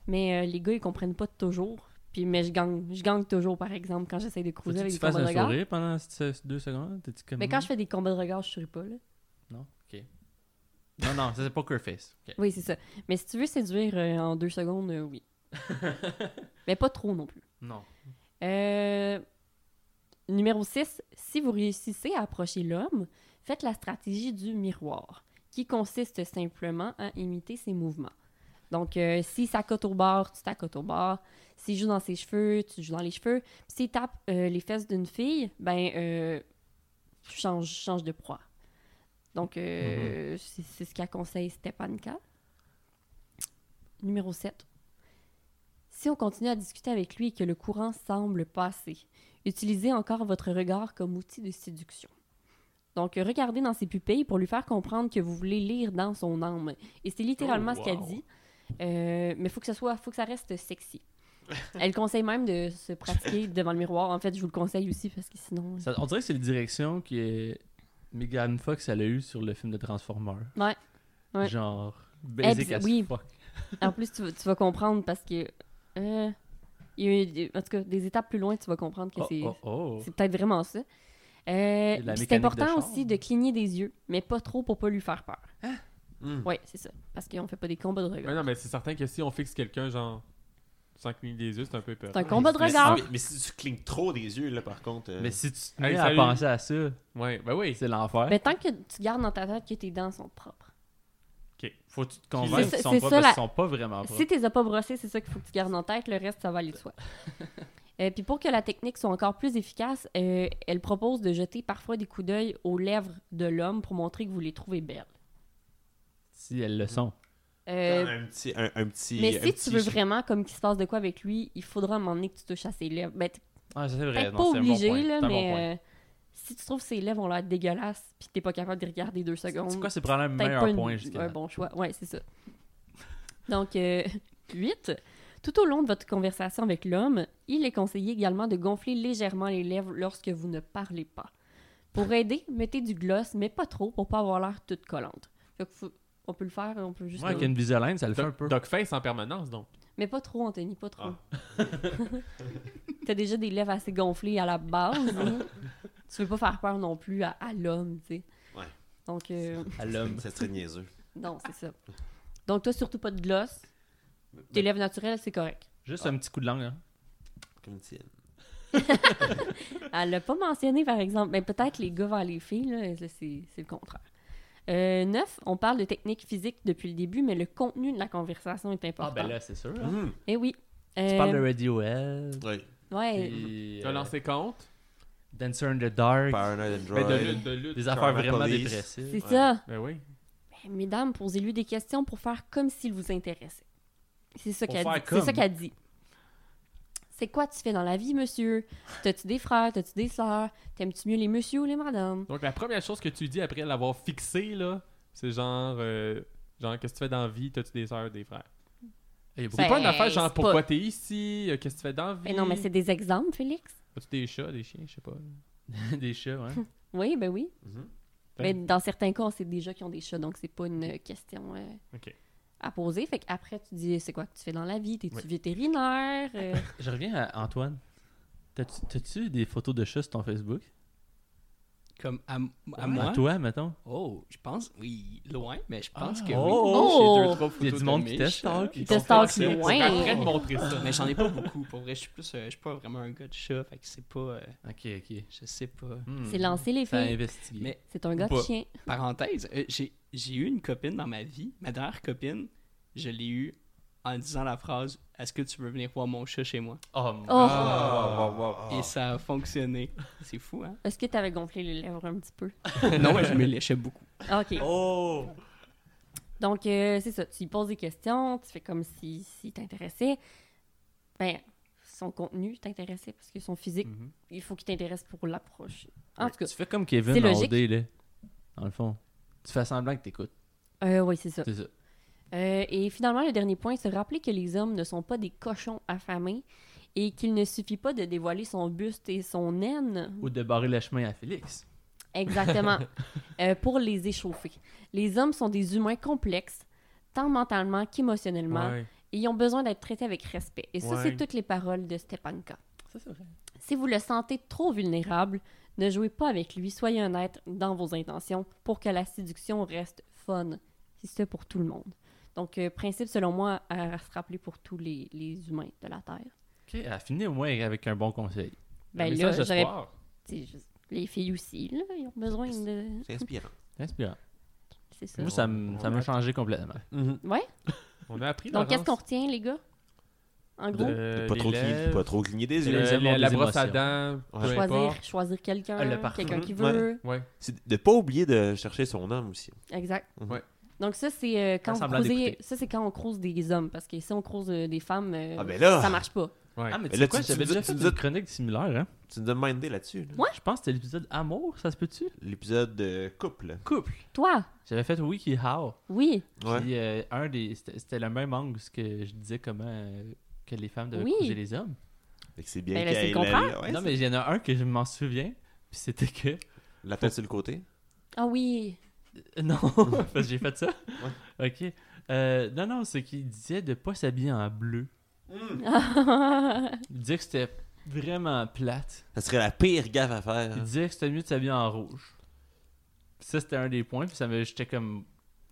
Speaker 4: mais euh, les gars, ils comprennent pas toujours. Puis, mais je gagne, je gagne toujours, par exemple, quand j'essaie de
Speaker 3: Faut
Speaker 4: cruiser
Speaker 3: que
Speaker 4: avec
Speaker 3: tu
Speaker 4: des
Speaker 3: fasses
Speaker 4: combats de
Speaker 3: un
Speaker 4: regards.
Speaker 3: sourire pendant ces ces deux secondes. T'es-tu comme.
Speaker 4: Mais quand je fais des combats de regards, je souris pas, là.
Speaker 3: Non, ok. Non, non, ça c'est poker face. Ok.
Speaker 4: Oui, c'est ça. Mais si tu veux séduire euh, en deux secondes,
Speaker 3: [laughs]
Speaker 4: euh, oui. mais pas trop non plus.
Speaker 3: Non.
Speaker 4: Euh, numéro 6, si vous réussissez à approcher l'homme, faites la stratégie du miroir, qui consiste simplement à imiter ses mouvements. Donc, euh, si ça cote au bord, tu t'accotes au bord. S'il joue dans ses cheveux, tu joues dans les cheveux. Puis S'il tape euh, les fesses d'une fille, ben, euh, tu changes, changes de proie. Donc, euh, c'est c'est ce qu'a conseillé Stepanka. Numéro 7. Si on continue à discuter avec lui et que le courant semble passer, utilisez encore votre regard comme outil de séduction. Donc, regardez dans ses pupilles pour lui faire comprendre que vous voulez lire dans son âme. Et c'est littéralement
Speaker 1: Oh,
Speaker 4: ce qu'elle
Speaker 1: wow.
Speaker 4: dit. Euh, mais faut que ce soit, faut que ça
Speaker 3: [laughs]
Speaker 4: reste sexy. Elle conseille même de se pratiquer devant le miroir. En fait, je vous le conseille aussi parce que sinon.
Speaker 3: Ça- on dirait que c'est la direction que Megan Fox elle a eu sur le film de Transformers.
Speaker 4: euh, Ouais. Ouais.
Speaker 3: Genre,
Speaker 4: Elle
Speaker 3: basic
Speaker 4: dit-
Speaker 3: as
Speaker 4: oui.
Speaker 3: fuck.
Speaker 4: En plus, tu, vas- tu vas comprendre parce que. euh, il y a eu des- en tout cas, des étapes plus loin, tu vas comprendre que
Speaker 3: Oh,
Speaker 4: c'est
Speaker 3: oh, oh.
Speaker 4: c'est peut-être vraiment ça. Euh,
Speaker 3: Et la
Speaker 4: puis
Speaker 3: mécanique
Speaker 4: c'est
Speaker 3: de
Speaker 4: important
Speaker 3: char.
Speaker 4: aussi de cligner des yeux, mais pas trop pour pas lui faire peur.
Speaker 2: Hmm.
Speaker 4: Ouais, c'est ça. Parce qu'on fait pas des combats de regard.
Speaker 1: Ouais, non, mais c'est certain que si on fixe quelqu'un, genre, sans cligner des yeux, c'est un peu peur.
Speaker 4: C'est un combat de
Speaker 2: Mais si-
Speaker 4: regard.
Speaker 2: Mais, mais si tu clignes trop des yeux, là, par contre. euh,
Speaker 3: Mais si tu te
Speaker 1: Hey,
Speaker 3: mets à
Speaker 1: salut.
Speaker 3: penser à ça,
Speaker 1: Ouais, ben oui.
Speaker 3: c'est l'enfer.
Speaker 4: Mais tant que tu gardes dans ta tête que tes dents sont propres.
Speaker 1: Ok.
Speaker 3: Faut que tu te convaincre
Speaker 4: C'est-
Speaker 3: qu'ils sont
Speaker 4: c'est
Speaker 3: pas,
Speaker 4: ça,
Speaker 3: parce
Speaker 4: la-
Speaker 3: qu'ils sont pas vraiment
Speaker 4: Si t'es as pas brossé, c'est ça qu'il faut que tu gardes en tête. Le reste, ça va aller de soi. Euh, Puis pour que la technique soit encore plus efficace, euh, elle propose de jeter parfois des coups d'œil aux lèvres de l'homme pour montrer que vous les trouvez belles.
Speaker 3: Si elles le sont.
Speaker 4: Euh,
Speaker 2: un petit. Un, Ah, un petit
Speaker 4: mais
Speaker 2: un
Speaker 4: si
Speaker 2: petit-
Speaker 4: tu veux vraiment comme qu'il se passe de quoi avec lui, il faudra à un moment donné que tu touches à ses lèvres. Ben, t'es
Speaker 3: Ah, c'est vrai.
Speaker 4: peut-être
Speaker 3: non,
Speaker 4: pas
Speaker 3: c'est un bon
Speaker 4: obligé,
Speaker 3: point,
Speaker 4: là,
Speaker 3: c'est un bon
Speaker 4: mais
Speaker 3: point.
Speaker 4: euh, si tu trouves que ses lèvres ont l'air dégueulasses puis que t'es pas capable de regarder deux secondes,
Speaker 3: C'est quoi, c'est probablement le
Speaker 4: peut-être pas
Speaker 3: meilleur
Speaker 4: une-
Speaker 3: point jusqu'à
Speaker 4: un
Speaker 3: là.
Speaker 4: bon choix. Ouais, c'est ça. Donc, 8. Tout au long de votre conversation avec l'homme, il est conseillé également de gonfler légèrement les lèvres lorsque vous ne parlez pas. Pour aider, mettez du gloss, mais pas trop pour pas avoir l'air toute collante. Fait que faut- on peut le faire, on peut juste.
Speaker 3: Ouais, avec une visoline, ça le fait un peu.
Speaker 1: Doc Face en permanence, donc.
Speaker 4: Mais pas trop, Anthony, pas trop.
Speaker 2: Ah.
Speaker 4: [laughs] T'as déjà des lèvres assez gonflées à la base. hein. Tu veux pas faire peur non plus à, à l'homme, tu sais.
Speaker 2: Ouais.
Speaker 4: Donc, euh,
Speaker 3: À l'homme.
Speaker 2: Ça serait niaiseux.
Speaker 4: non, c'est ça. Donc, toi, surtout pas de gloss. Tes lèvres naturelles, c'est correct.
Speaker 3: Juste un petit coup de langue. hein.
Speaker 2: Comme une tienne.
Speaker 4: Elle l'a pas mentionné, par exemple. Mais peut-être les gars vers les filles, là, c'est, c'est le contraire. Euh, neuf, on parle de technique physique depuis le début, mais le contenu de la conversation est important.
Speaker 3: Ah, ben là, c'est sûr. hein.
Speaker 2: Hum,
Speaker 4: Eh oui.
Speaker 3: Tu
Speaker 4: Euh,
Speaker 3: parles de Radiohead.
Speaker 2: Ouais.
Speaker 4: Ouais.
Speaker 3: puis,
Speaker 1: T'as
Speaker 3: euh,
Speaker 1: lancé compte
Speaker 3: Dancer in the Dark.
Speaker 2: Paranoid
Speaker 1: Ben, de
Speaker 2: Android.
Speaker 1: lutte, de lutte.
Speaker 3: Des affaires
Speaker 2: Charlotte
Speaker 3: vraiment
Speaker 2: Police.
Speaker 4: C'est
Speaker 3: dépressives.
Speaker 4: ça.
Speaker 1: Ben oui.
Speaker 4: Ben, mesdames, posez-lui des questions pour faire comme s'il vous intéressait. C'est ça
Speaker 3: Pour
Speaker 4: qu'elle
Speaker 3: faire
Speaker 4: dit.
Speaker 3: comme.
Speaker 4: C'est ça qu'elle dit. C'est quoi tu fais dans la vie, monsieur? T'as-tu des frères? T'as-tu des sœurs? T'aimes-tu mieux les messieurs ou les madames?
Speaker 1: Donc, la première chose que tu dis après l'avoir fixé, là, c'est genre, euh, genre, qu'est-ce que tu fais dans la vie? T'as-tu des sœurs, des frères?
Speaker 3: Il y a beaucoup-
Speaker 1: C'est
Speaker 4: Ben,
Speaker 1: pas une affaire genre,
Speaker 4: c'est
Speaker 1: pourquoi
Speaker 4: pas-
Speaker 1: t'es ici? Euh, Qu'est-ce que tu fais dans la vie?
Speaker 4: Mais Eh non, mais c'est des exemples, Félix.
Speaker 1: As-tu des chats, des chiens? Je sais pas.
Speaker 3: [laughs] des chats, ouais.
Speaker 4: Oui, ben oui.
Speaker 2: Mhm.
Speaker 4: Mais dans certains cas, c'est des gens qui ont des chats, donc c'est pas une question euh,
Speaker 1: Ok.
Speaker 4: à poser. Fait qu'après, tu dis c'est quoi que tu fais dans la vie? T'es-tu
Speaker 1: Oui.
Speaker 4: vétérinaire? Euh,
Speaker 3: Je reviens à Antoine. T'as-tu- T'as-tu des photos de chats sur ton Facebook?
Speaker 5: Comme à, m- à
Speaker 3: Ouais.
Speaker 5: moi.
Speaker 3: À toi, mettons.
Speaker 5: Oh, je pense, oui, loin, mais je pense
Speaker 3: Ah.
Speaker 5: que oui.
Speaker 3: Oh!
Speaker 5: J'ai deux, trois
Speaker 3: Il y a
Speaker 5: photos
Speaker 3: du monde
Speaker 5: de
Speaker 3: qui
Speaker 5: mes
Speaker 3: te
Speaker 5: chats.
Speaker 3: stalk.
Speaker 5: Ils
Speaker 4: te
Speaker 5: sont
Speaker 4: stalk
Speaker 5: passés.
Speaker 4: loin.
Speaker 1: C'est en train de
Speaker 5: Oh.
Speaker 1: montrer ça.
Speaker 5: Mais j'en ai pas beaucoup. Pour vrai, je suis plus, euh, je suis pas vraiment un gars de chat, fait que c'est pas, euh,
Speaker 3: Ok, ok.
Speaker 5: je sais pas.
Speaker 4: C'est lancé, les
Speaker 3: T'as
Speaker 4: filles.
Speaker 3: Hmm. investigué.
Speaker 5: Mais-
Speaker 4: C'est un gars de
Speaker 1: Pas.
Speaker 4: chien.
Speaker 5: Parenthèse, euh, j'ai j'ai eu une copine dans ma vie. Ma dernière copine, je l'ai eue en disant la phrase Est-ce que tu veux venir voir mon chat chez moi
Speaker 3: Oh, mon-
Speaker 4: Oh!
Speaker 2: Ah!
Speaker 5: Et ça a fonctionné. C'est fou, hein
Speaker 4: Est-ce que t'avais gonflé les lèvres un petit peu?
Speaker 5: [laughs] Non, mais je me léchais beaucoup.
Speaker 4: Ah, OK.
Speaker 2: Oh!
Speaker 4: Donc, euh, c'est ça. Tu lui poses des questions, tu fais comme si, si t'intéressait. Ben, son contenu t'intéressait parce que son physique,
Speaker 1: Mhm.
Speaker 4: il faut qu'il t'intéresse pour l'approche. En tout
Speaker 3: Tu fais comme Kevin
Speaker 4: C'est
Speaker 3: dans
Speaker 4: logique.
Speaker 3: OD, là. Dans le fond. Tu fais semblant que t'écoutes.
Speaker 4: cas, euh, oui, c'est ça.
Speaker 3: C'est ça.
Speaker 4: Euh, et finalement, le dernier point, se rappeler que les hommes ne sont pas des cochons affamés et qu'il ne suffit pas de dévoiler son buste et son aine
Speaker 3: Ou de barrer le chemin à Félix.
Speaker 4: Exactement. Euh, pour les échauffer. Les hommes sont des humains complexes, tant mentalement qu'émotionnellement,
Speaker 1: Ouais.
Speaker 4: et ils ont besoin d'être traités avec respect. Et ça,
Speaker 1: Ouais.
Speaker 4: c'est toutes les paroles de Stepanka.
Speaker 3: Ça, c'est vrai.
Speaker 4: Si vous le sentez trop vulnérable, ne jouez pas avec lui, soyez honnête dans vos intentions pour que la séduction reste fun. C'est ça pour tout le monde. Donc, euh, principe, selon moi, à se rappeler pour tous les, les humains de la Terre.
Speaker 3: Ok, elle a fini au moins avec un bon conseil.
Speaker 1: Un
Speaker 4: Ben là,
Speaker 1: message
Speaker 4: j'aurais...
Speaker 1: d'espoir.
Speaker 4: tu sais, juste- Les filles aussi, là, ils ont besoin de...
Speaker 2: C'est inspirant.
Speaker 3: Inspirant.
Speaker 4: C'est ça.
Speaker 3: Moi, ça m- ça m'a changé complètement.
Speaker 1: On a appris
Speaker 4: Donc, qu'est-ce qu'on
Speaker 1: Laurence,
Speaker 4: retient, les gars? En
Speaker 1: de-
Speaker 4: gros,
Speaker 2: pas,
Speaker 1: Euh, les
Speaker 2: trop cligner,
Speaker 1: lèvres,
Speaker 2: pas trop cligner des
Speaker 1: euh,
Speaker 2: yeux.
Speaker 3: les lèvres
Speaker 1: la,
Speaker 3: ont
Speaker 1: la
Speaker 3: des
Speaker 1: brosse à
Speaker 3: émotions.
Speaker 1: dents, peu
Speaker 2: Ouais.
Speaker 1: importe.
Speaker 4: choisir, choisir quelqu'un,
Speaker 3: Le parfum.
Speaker 4: quelqu'un qui
Speaker 2: Ouais.
Speaker 4: veut.
Speaker 1: Ouais.
Speaker 2: C'est de pas oublier de chercher son âme aussi.
Speaker 4: Exact.
Speaker 2: Mhm.
Speaker 1: Ouais.
Speaker 4: Donc ça, c'est euh, quand,
Speaker 3: Faire
Speaker 4: vous
Speaker 3: semblant
Speaker 4: croisez-
Speaker 3: d'écouter.
Speaker 4: ça, c'est quand on croise des hommes, parce que si on croise euh, des femmes, euh,
Speaker 2: Ah ben là!
Speaker 4: ça marche pas.
Speaker 1: Ouais.
Speaker 3: Ah, mais
Speaker 2: Mais
Speaker 3: tu
Speaker 2: là,
Speaker 3: sais quoi,
Speaker 2: tu- tu nous
Speaker 3: j'avais
Speaker 2: as-
Speaker 3: déjà
Speaker 2: tu
Speaker 3: fait
Speaker 2: nous as-
Speaker 3: une chronique similaire, hein?
Speaker 2: Tu nous as mindé là-dessus. là.
Speaker 3: Je pense que c'était l'épisode Amour, ça se peut-tu?
Speaker 2: L'épisode de couple.
Speaker 3: Couple.
Speaker 4: Toi,
Speaker 3: J'avais fait Wiki How.
Speaker 4: oui,
Speaker 2: Ouais.
Speaker 3: Puis euh, un des. C'était c'était le même angle ce que je disais comment euh, que les femmes devaient
Speaker 4: Oui.
Speaker 3: croiser les hommes.
Speaker 2: Fait que c'est bien
Speaker 4: Ben là,
Speaker 2: qu'elle
Speaker 4: c'est le
Speaker 2: ait
Speaker 4: contraire.
Speaker 2: la- ouais,
Speaker 3: non, mais il y en a un que je m'en souviens. Puis c'était que.
Speaker 2: La tête sur le côté.
Speaker 4: ah [laughs] oui,
Speaker 3: Non, [laughs] parce que j'ai fait ça. Ok. Euh, non, non, c'est qu'il disait de pas s'habiller en bleu. Il disait que c'était vraiment plate.
Speaker 2: Ça serait la pire gaffe à faire.
Speaker 3: Il disait que c'était mieux de s'habiller en rouge. Puis ça, c'était un des points. Puis ça me. J'étais comme.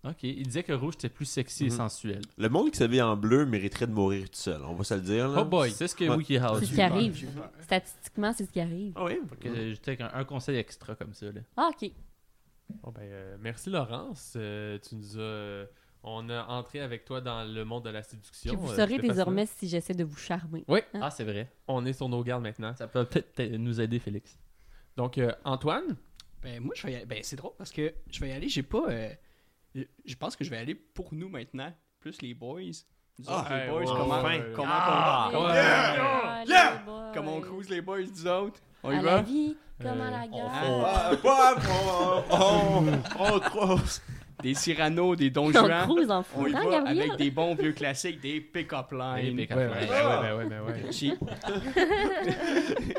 Speaker 3: Ok. Il disait que rouge c'était plus sexy et
Speaker 2: Mhm.
Speaker 3: sensuel.
Speaker 2: Le monde qui s'habille en bleu mériterait de mourir tout seul. On va se le dire. Là.
Speaker 1: Oh boy.
Speaker 3: C'est ce que
Speaker 2: Ouais.
Speaker 3: Wiki How
Speaker 4: c'est ce
Speaker 3: dit.
Speaker 4: qui arrive. Statistiquement, c'est ce qui arrive.
Speaker 2: Ah oui.
Speaker 3: Que J'étais avec un, un conseil extra comme ça. Là.
Speaker 4: Ah, ok.
Speaker 1: Oh, Bon, ben, euh, merci Laurence. Euh, tu nous as. On a entré avec toi dans le monde de la séduction.
Speaker 4: vous
Speaker 1: euh,
Speaker 4: saurez
Speaker 1: Stéphane.
Speaker 4: désormais si j'essaie de vous charmer.
Speaker 3: Ah, c'est vrai.
Speaker 1: On est sur nos gardes maintenant.
Speaker 3: Ça peut peut-être nous aider, Félix.
Speaker 1: Donc, euh, Antoine,
Speaker 5: Ben, moi, je vais y aller- Ben, c'est drôle parce que je vais y aller. J'ai pas. euh, je- Je pense que je vais aller pour nous maintenant. Plus les boys. Nous
Speaker 2: Ah,
Speaker 5: autres, les
Speaker 1: hey,
Speaker 5: boys,
Speaker 1: wow.
Speaker 5: comment,
Speaker 2: Enfin.
Speaker 5: comment,
Speaker 1: Ah,
Speaker 4: Comment
Speaker 1: ouais.
Speaker 4: yeah!
Speaker 5: on, comment on cruise les boys, nous autres. On y
Speaker 4: à la
Speaker 5: va.
Speaker 4: vie, comme
Speaker 1: Euh,
Speaker 4: à la guerre. [laughs]
Speaker 2: Ah,
Speaker 5: Ah.
Speaker 2: Bob, on, on, on croise.
Speaker 5: Des Cyrano,
Speaker 4: [laughs]
Speaker 5: des Don
Speaker 4: On
Speaker 5: Juan.
Speaker 4: cruise en
Speaker 5: On y
Speaker 4: foutant,
Speaker 5: va
Speaker 4: Gabriel.
Speaker 5: avec des bons vieux classiques, des pick-up
Speaker 3: Des
Speaker 5: lines.
Speaker 3: pick-up
Speaker 1: Ouais, ouais,
Speaker 3: lines.
Speaker 1: ben ouais, ben ouais, ben ouais.
Speaker 5: J'ai-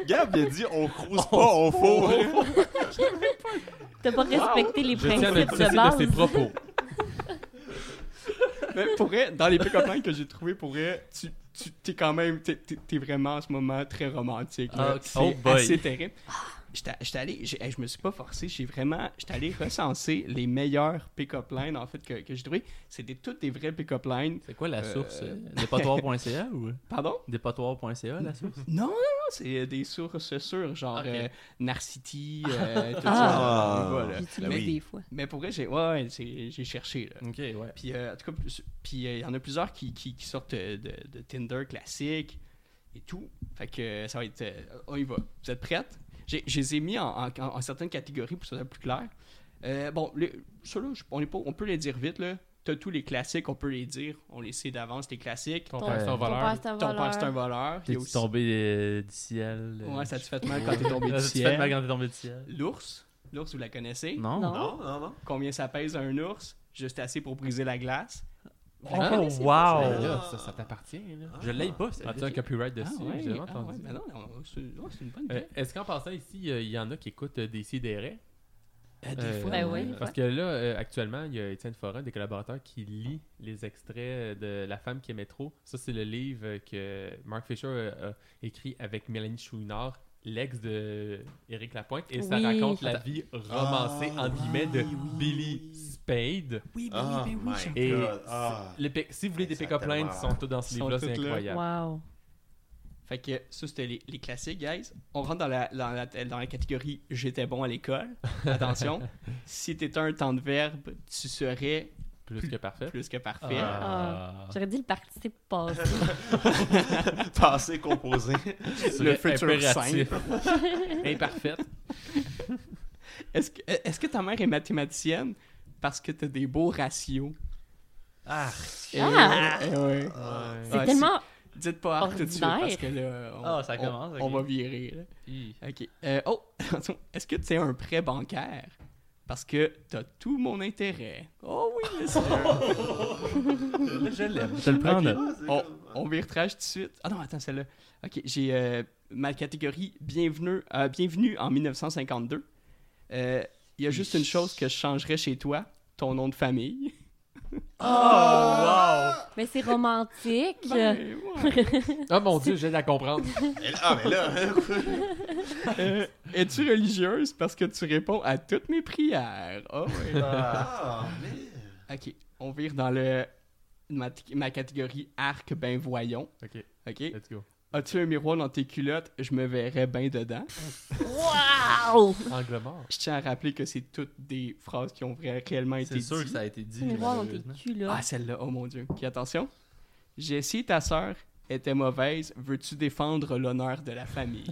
Speaker 2: Gab, il a dit on croise pas, on faut.
Speaker 4: T'as pas respecté les
Speaker 1: Je tiens à
Speaker 4: principes
Speaker 1: me
Speaker 4: de
Speaker 1: dissocier de
Speaker 4: base.
Speaker 1: ses propos.
Speaker 5: Mais pour vrai, dans les pick-up lines que j'ai trouvé, pour vrai, tu, tu t'es quand même, t'es, t'es- t'es vraiment en ce moment très romantique. là.
Speaker 3: Ah, ok.
Speaker 5: C'est
Speaker 3: Oh boy.
Speaker 5: assez terrible. J'étais, j'étais allé, j'ai- hey, je me suis pas forcé, j'ai vraiment, j'étais allé recenser les meilleurs pick-up lines en fait que, que j'ai trouvé. C'est des, toutes des vrais pick-up lines.
Speaker 3: C'est quoi la
Speaker 5: Euh,
Speaker 3: source [laughs] euh, Dépotoir.ca ou euh,
Speaker 5: Pardon?
Speaker 3: dépotoir.ca la source
Speaker 5: Non, non, non, c'est des sources sûres, genre
Speaker 3: Ok.
Speaker 5: euh, Narcity, euh, tout
Speaker 2: Ah.
Speaker 5: ça. Voilà.
Speaker 4: J'utilise
Speaker 2: Ben oui.
Speaker 4: des fois.
Speaker 5: Mais pour vrai, j'ai, ouais, ouais, c'est- j'ai cherché. Là.
Speaker 3: Ok, ouais.
Speaker 5: Puis, euh, en tout cas, plus- puis euh, il y en a plusieurs qui, qui, qui sortent euh, de, de Tinder classique et tout. Fait que euh, ça va être. euh, on y va. Vous êtes prêtes? J'ai- Je les ai mis en, en- en- en certaines catégories pour que ça soit plus clair. Euh, bon, les- ceux-là, je- on, est pas- on peut les dire vite. là. T'as tous les classiques, on peut les dire. On les sait d'avance, les classiques.
Speaker 1: Ton
Speaker 4: Ton-
Speaker 1: père, c'est un
Speaker 4: Ton
Speaker 1: voleur.
Speaker 4: père, c'est un
Speaker 5: Ton père, c'est un
Speaker 4: voleur.
Speaker 5: voleur. Il y
Speaker 3: T'es
Speaker 5: a aussi-
Speaker 3: tombé euh, du ciel. euh,
Speaker 5: Ouais, ça te fait
Speaker 3: je-
Speaker 5: mal
Speaker 3: [laughs]
Speaker 5: quand t'es tombé
Speaker 3: Ah,
Speaker 5: du
Speaker 3: ça te fait mal
Speaker 5: ciel.
Speaker 3: quand t'es tombé du ciel.
Speaker 5: L'ours. L'ours, vous la connaissez.
Speaker 3: Non.
Speaker 4: Non.
Speaker 2: Non, non, non.
Speaker 5: Combien ça pèse un ours? Juste assez pour briser la glace. Vous la
Speaker 3: Oh,
Speaker 5: connaissez,
Speaker 3: wow.
Speaker 1: Ben là, ça, ça t'appartient. là.
Speaker 3: Je l'ai pas.
Speaker 1: Ah, tu as un copyright dessus,
Speaker 5: Ah ouais,
Speaker 1: j'ai jamais
Speaker 5: ah
Speaker 1: entendu.
Speaker 5: ouais, ben non, on- c'est oh, c'est une bonne
Speaker 1: Euh,
Speaker 5: idée.
Speaker 1: Est-ce qu'en passant ici, euh, il y en a qui écoutent euh, des sidérés? euh,
Speaker 4: Ben oui.
Speaker 1: Parce que là, euh, actuellement, il y a Étienne Forin, des collaborateurs, qui lit les extraits de La femme qui aimait trop. Ça, c'est le livre euh, que Mark Fisher euh, a écrit avec Mélanie Chouinard, l'ex de Éric Lapointe. Et ça
Speaker 4: Oui.
Speaker 1: raconte la vie romancée,
Speaker 2: Ah,
Speaker 1: entre guillemets, de
Speaker 2: oui, oui,
Speaker 1: Billy
Speaker 2: oui.
Speaker 1: Spade.
Speaker 5: Oui, ben
Speaker 2: Ah,
Speaker 5: oui, ben oui.
Speaker 2: my
Speaker 1: Et
Speaker 2: God. Ah. [laughs]
Speaker 1: Les pic- si vous voulez
Speaker 2: Ouais,
Speaker 1: des
Speaker 2: ça a
Speaker 1: pick-up lines,
Speaker 2: tellement
Speaker 1: ils sont tous dans ce
Speaker 5: Ils sont
Speaker 1: livre-là, c'est
Speaker 5: toutes là.
Speaker 1: incroyable.
Speaker 4: Wow.
Speaker 5: Fait que ça, c'était les, les classiques, guys. On rentre dans la, dans la, dans la catégorie « J'étais bon à l'école ». [laughs] Attention, si t'étais un temps de verbe, tu serais
Speaker 1: Plus que
Speaker 3: [laughs]
Speaker 1: parfait.
Speaker 5: plus que parfait.
Speaker 4: Ah. J'aurais dit le participe passé.
Speaker 2: Passé composé.
Speaker 5: le futur
Speaker 3: impératif.
Speaker 5: simple. [laughs] Imparfaite. Est-ce que, euh, est-ce que ta mère est mathématicienne parce que t'as des beaux ratios?
Speaker 3: Ah.
Speaker 5: Eh
Speaker 4: Ah!
Speaker 5: ouais, eh ouais.
Speaker 4: C'est
Speaker 5: Ah,
Speaker 4: tellement...
Speaker 5: Dites pas arc tout de suite
Speaker 4: Ordinaire.
Speaker 5: parce que là, on,
Speaker 3: Ah, ça
Speaker 5: on-
Speaker 3: commence, ok.
Speaker 5: on va virer. là.
Speaker 3: Hi.
Speaker 5: OK. Euh, oh, [laughs] attention. est-ce que tu es un prêt bancaire? Parce que t'as tout mon intérêt. Oh oui, monsieur.
Speaker 3: Je l'aime. Euh, Je le prends.
Speaker 5: Ok.
Speaker 3: là.
Speaker 5: on, oh, on vire trash tout de suite. Ah non, attends, celle-là. OK, j'ai euh, ma catégorie Bienvenue, euh, bienvenue en 1952. Euh, Il y a juste une chose que je changerais chez toi, ton nom de famille.
Speaker 4: Mais c'est romantique.
Speaker 5: Ben, ouais.
Speaker 1: Ah mon dieu, j'ai de la comprendre.
Speaker 2: Et là- Ah, mais là.
Speaker 5: Euh, Es-tu religieuse parce que tu réponds à toutes mes prières? Oh oui.
Speaker 2: [laughs] Ah, mais-
Speaker 5: OK. On vire dans le ma, ma catégorie arc ben voyons.
Speaker 1: ok,
Speaker 5: OK.
Speaker 1: let's go.
Speaker 5: As-tu un miroir dans tes culottes? Je me verrais bien dedans.
Speaker 4: Wow!
Speaker 1: Angle mort.
Speaker 5: Je tiens à rappeler que c'est toutes des phrases qui ont vra- réellement été
Speaker 3: C'est
Speaker 5: dites.
Speaker 3: sûr que ça a été dit. euh,
Speaker 4: Tu me vois dans tes
Speaker 3: malheureusement.
Speaker 4: culs, là.
Speaker 5: Ah, celle-là, oh mon Dieu. OK, attention. Jessie, ta sœur, était mauvaise. Veux-tu défendre l'honneur de la famille?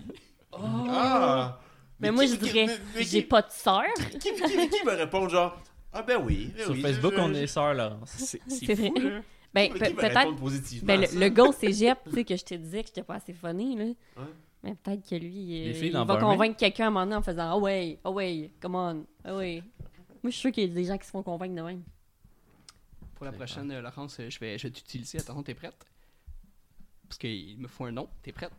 Speaker 2: Ah.
Speaker 4: Oh. mais moi,
Speaker 2: qui-
Speaker 4: je
Speaker 2: qui-
Speaker 4: dirais,
Speaker 2: mais- mais
Speaker 4: j'ai
Speaker 2: qui-
Speaker 4: pas
Speaker 2: [laughs]
Speaker 4: de sœur.
Speaker 2: Qui, qui, qui, qui va répondre genre Ah ben oui. ben
Speaker 3: Sur
Speaker 2: oui,
Speaker 3: Facebook,
Speaker 2: je-
Speaker 3: on
Speaker 2: je-
Speaker 3: est sœurs, Laurence.
Speaker 5: C'est c'est
Speaker 4: C'est
Speaker 5: fou,
Speaker 4: vrai.
Speaker 5: là.
Speaker 4: Ben,
Speaker 2: hein. Qui
Speaker 4: pe-
Speaker 2: va répondre
Speaker 4: peut-être.
Speaker 2: positivement
Speaker 4: Ben,
Speaker 2: à
Speaker 4: le,
Speaker 2: ça?
Speaker 4: le gars au cégep, tu sais, que je te disais que j'étais pas assez funny, là. Mais peut-être que lui,
Speaker 3: Les
Speaker 4: euh,
Speaker 3: filles
Speaker 4: il
Speaker 3: dans
Speaker 4: va
Speaker 3: Barman.
Speaker 4: convaincre quelqu'un à un moment donné en faisant Ah ouais, ah ouais, come on, ah ouais. Moi, je suis sûr qu'il y a des gens qui se font convaincre de même.
Speaker 5: Pour la
Speaker 3: C'est
Speaker 5: prochaine, euh, Laurence, euh, je vais, je vais t'utiliser. Attention, t'es prête? Parce qu'il me faut un nom. T'es prête?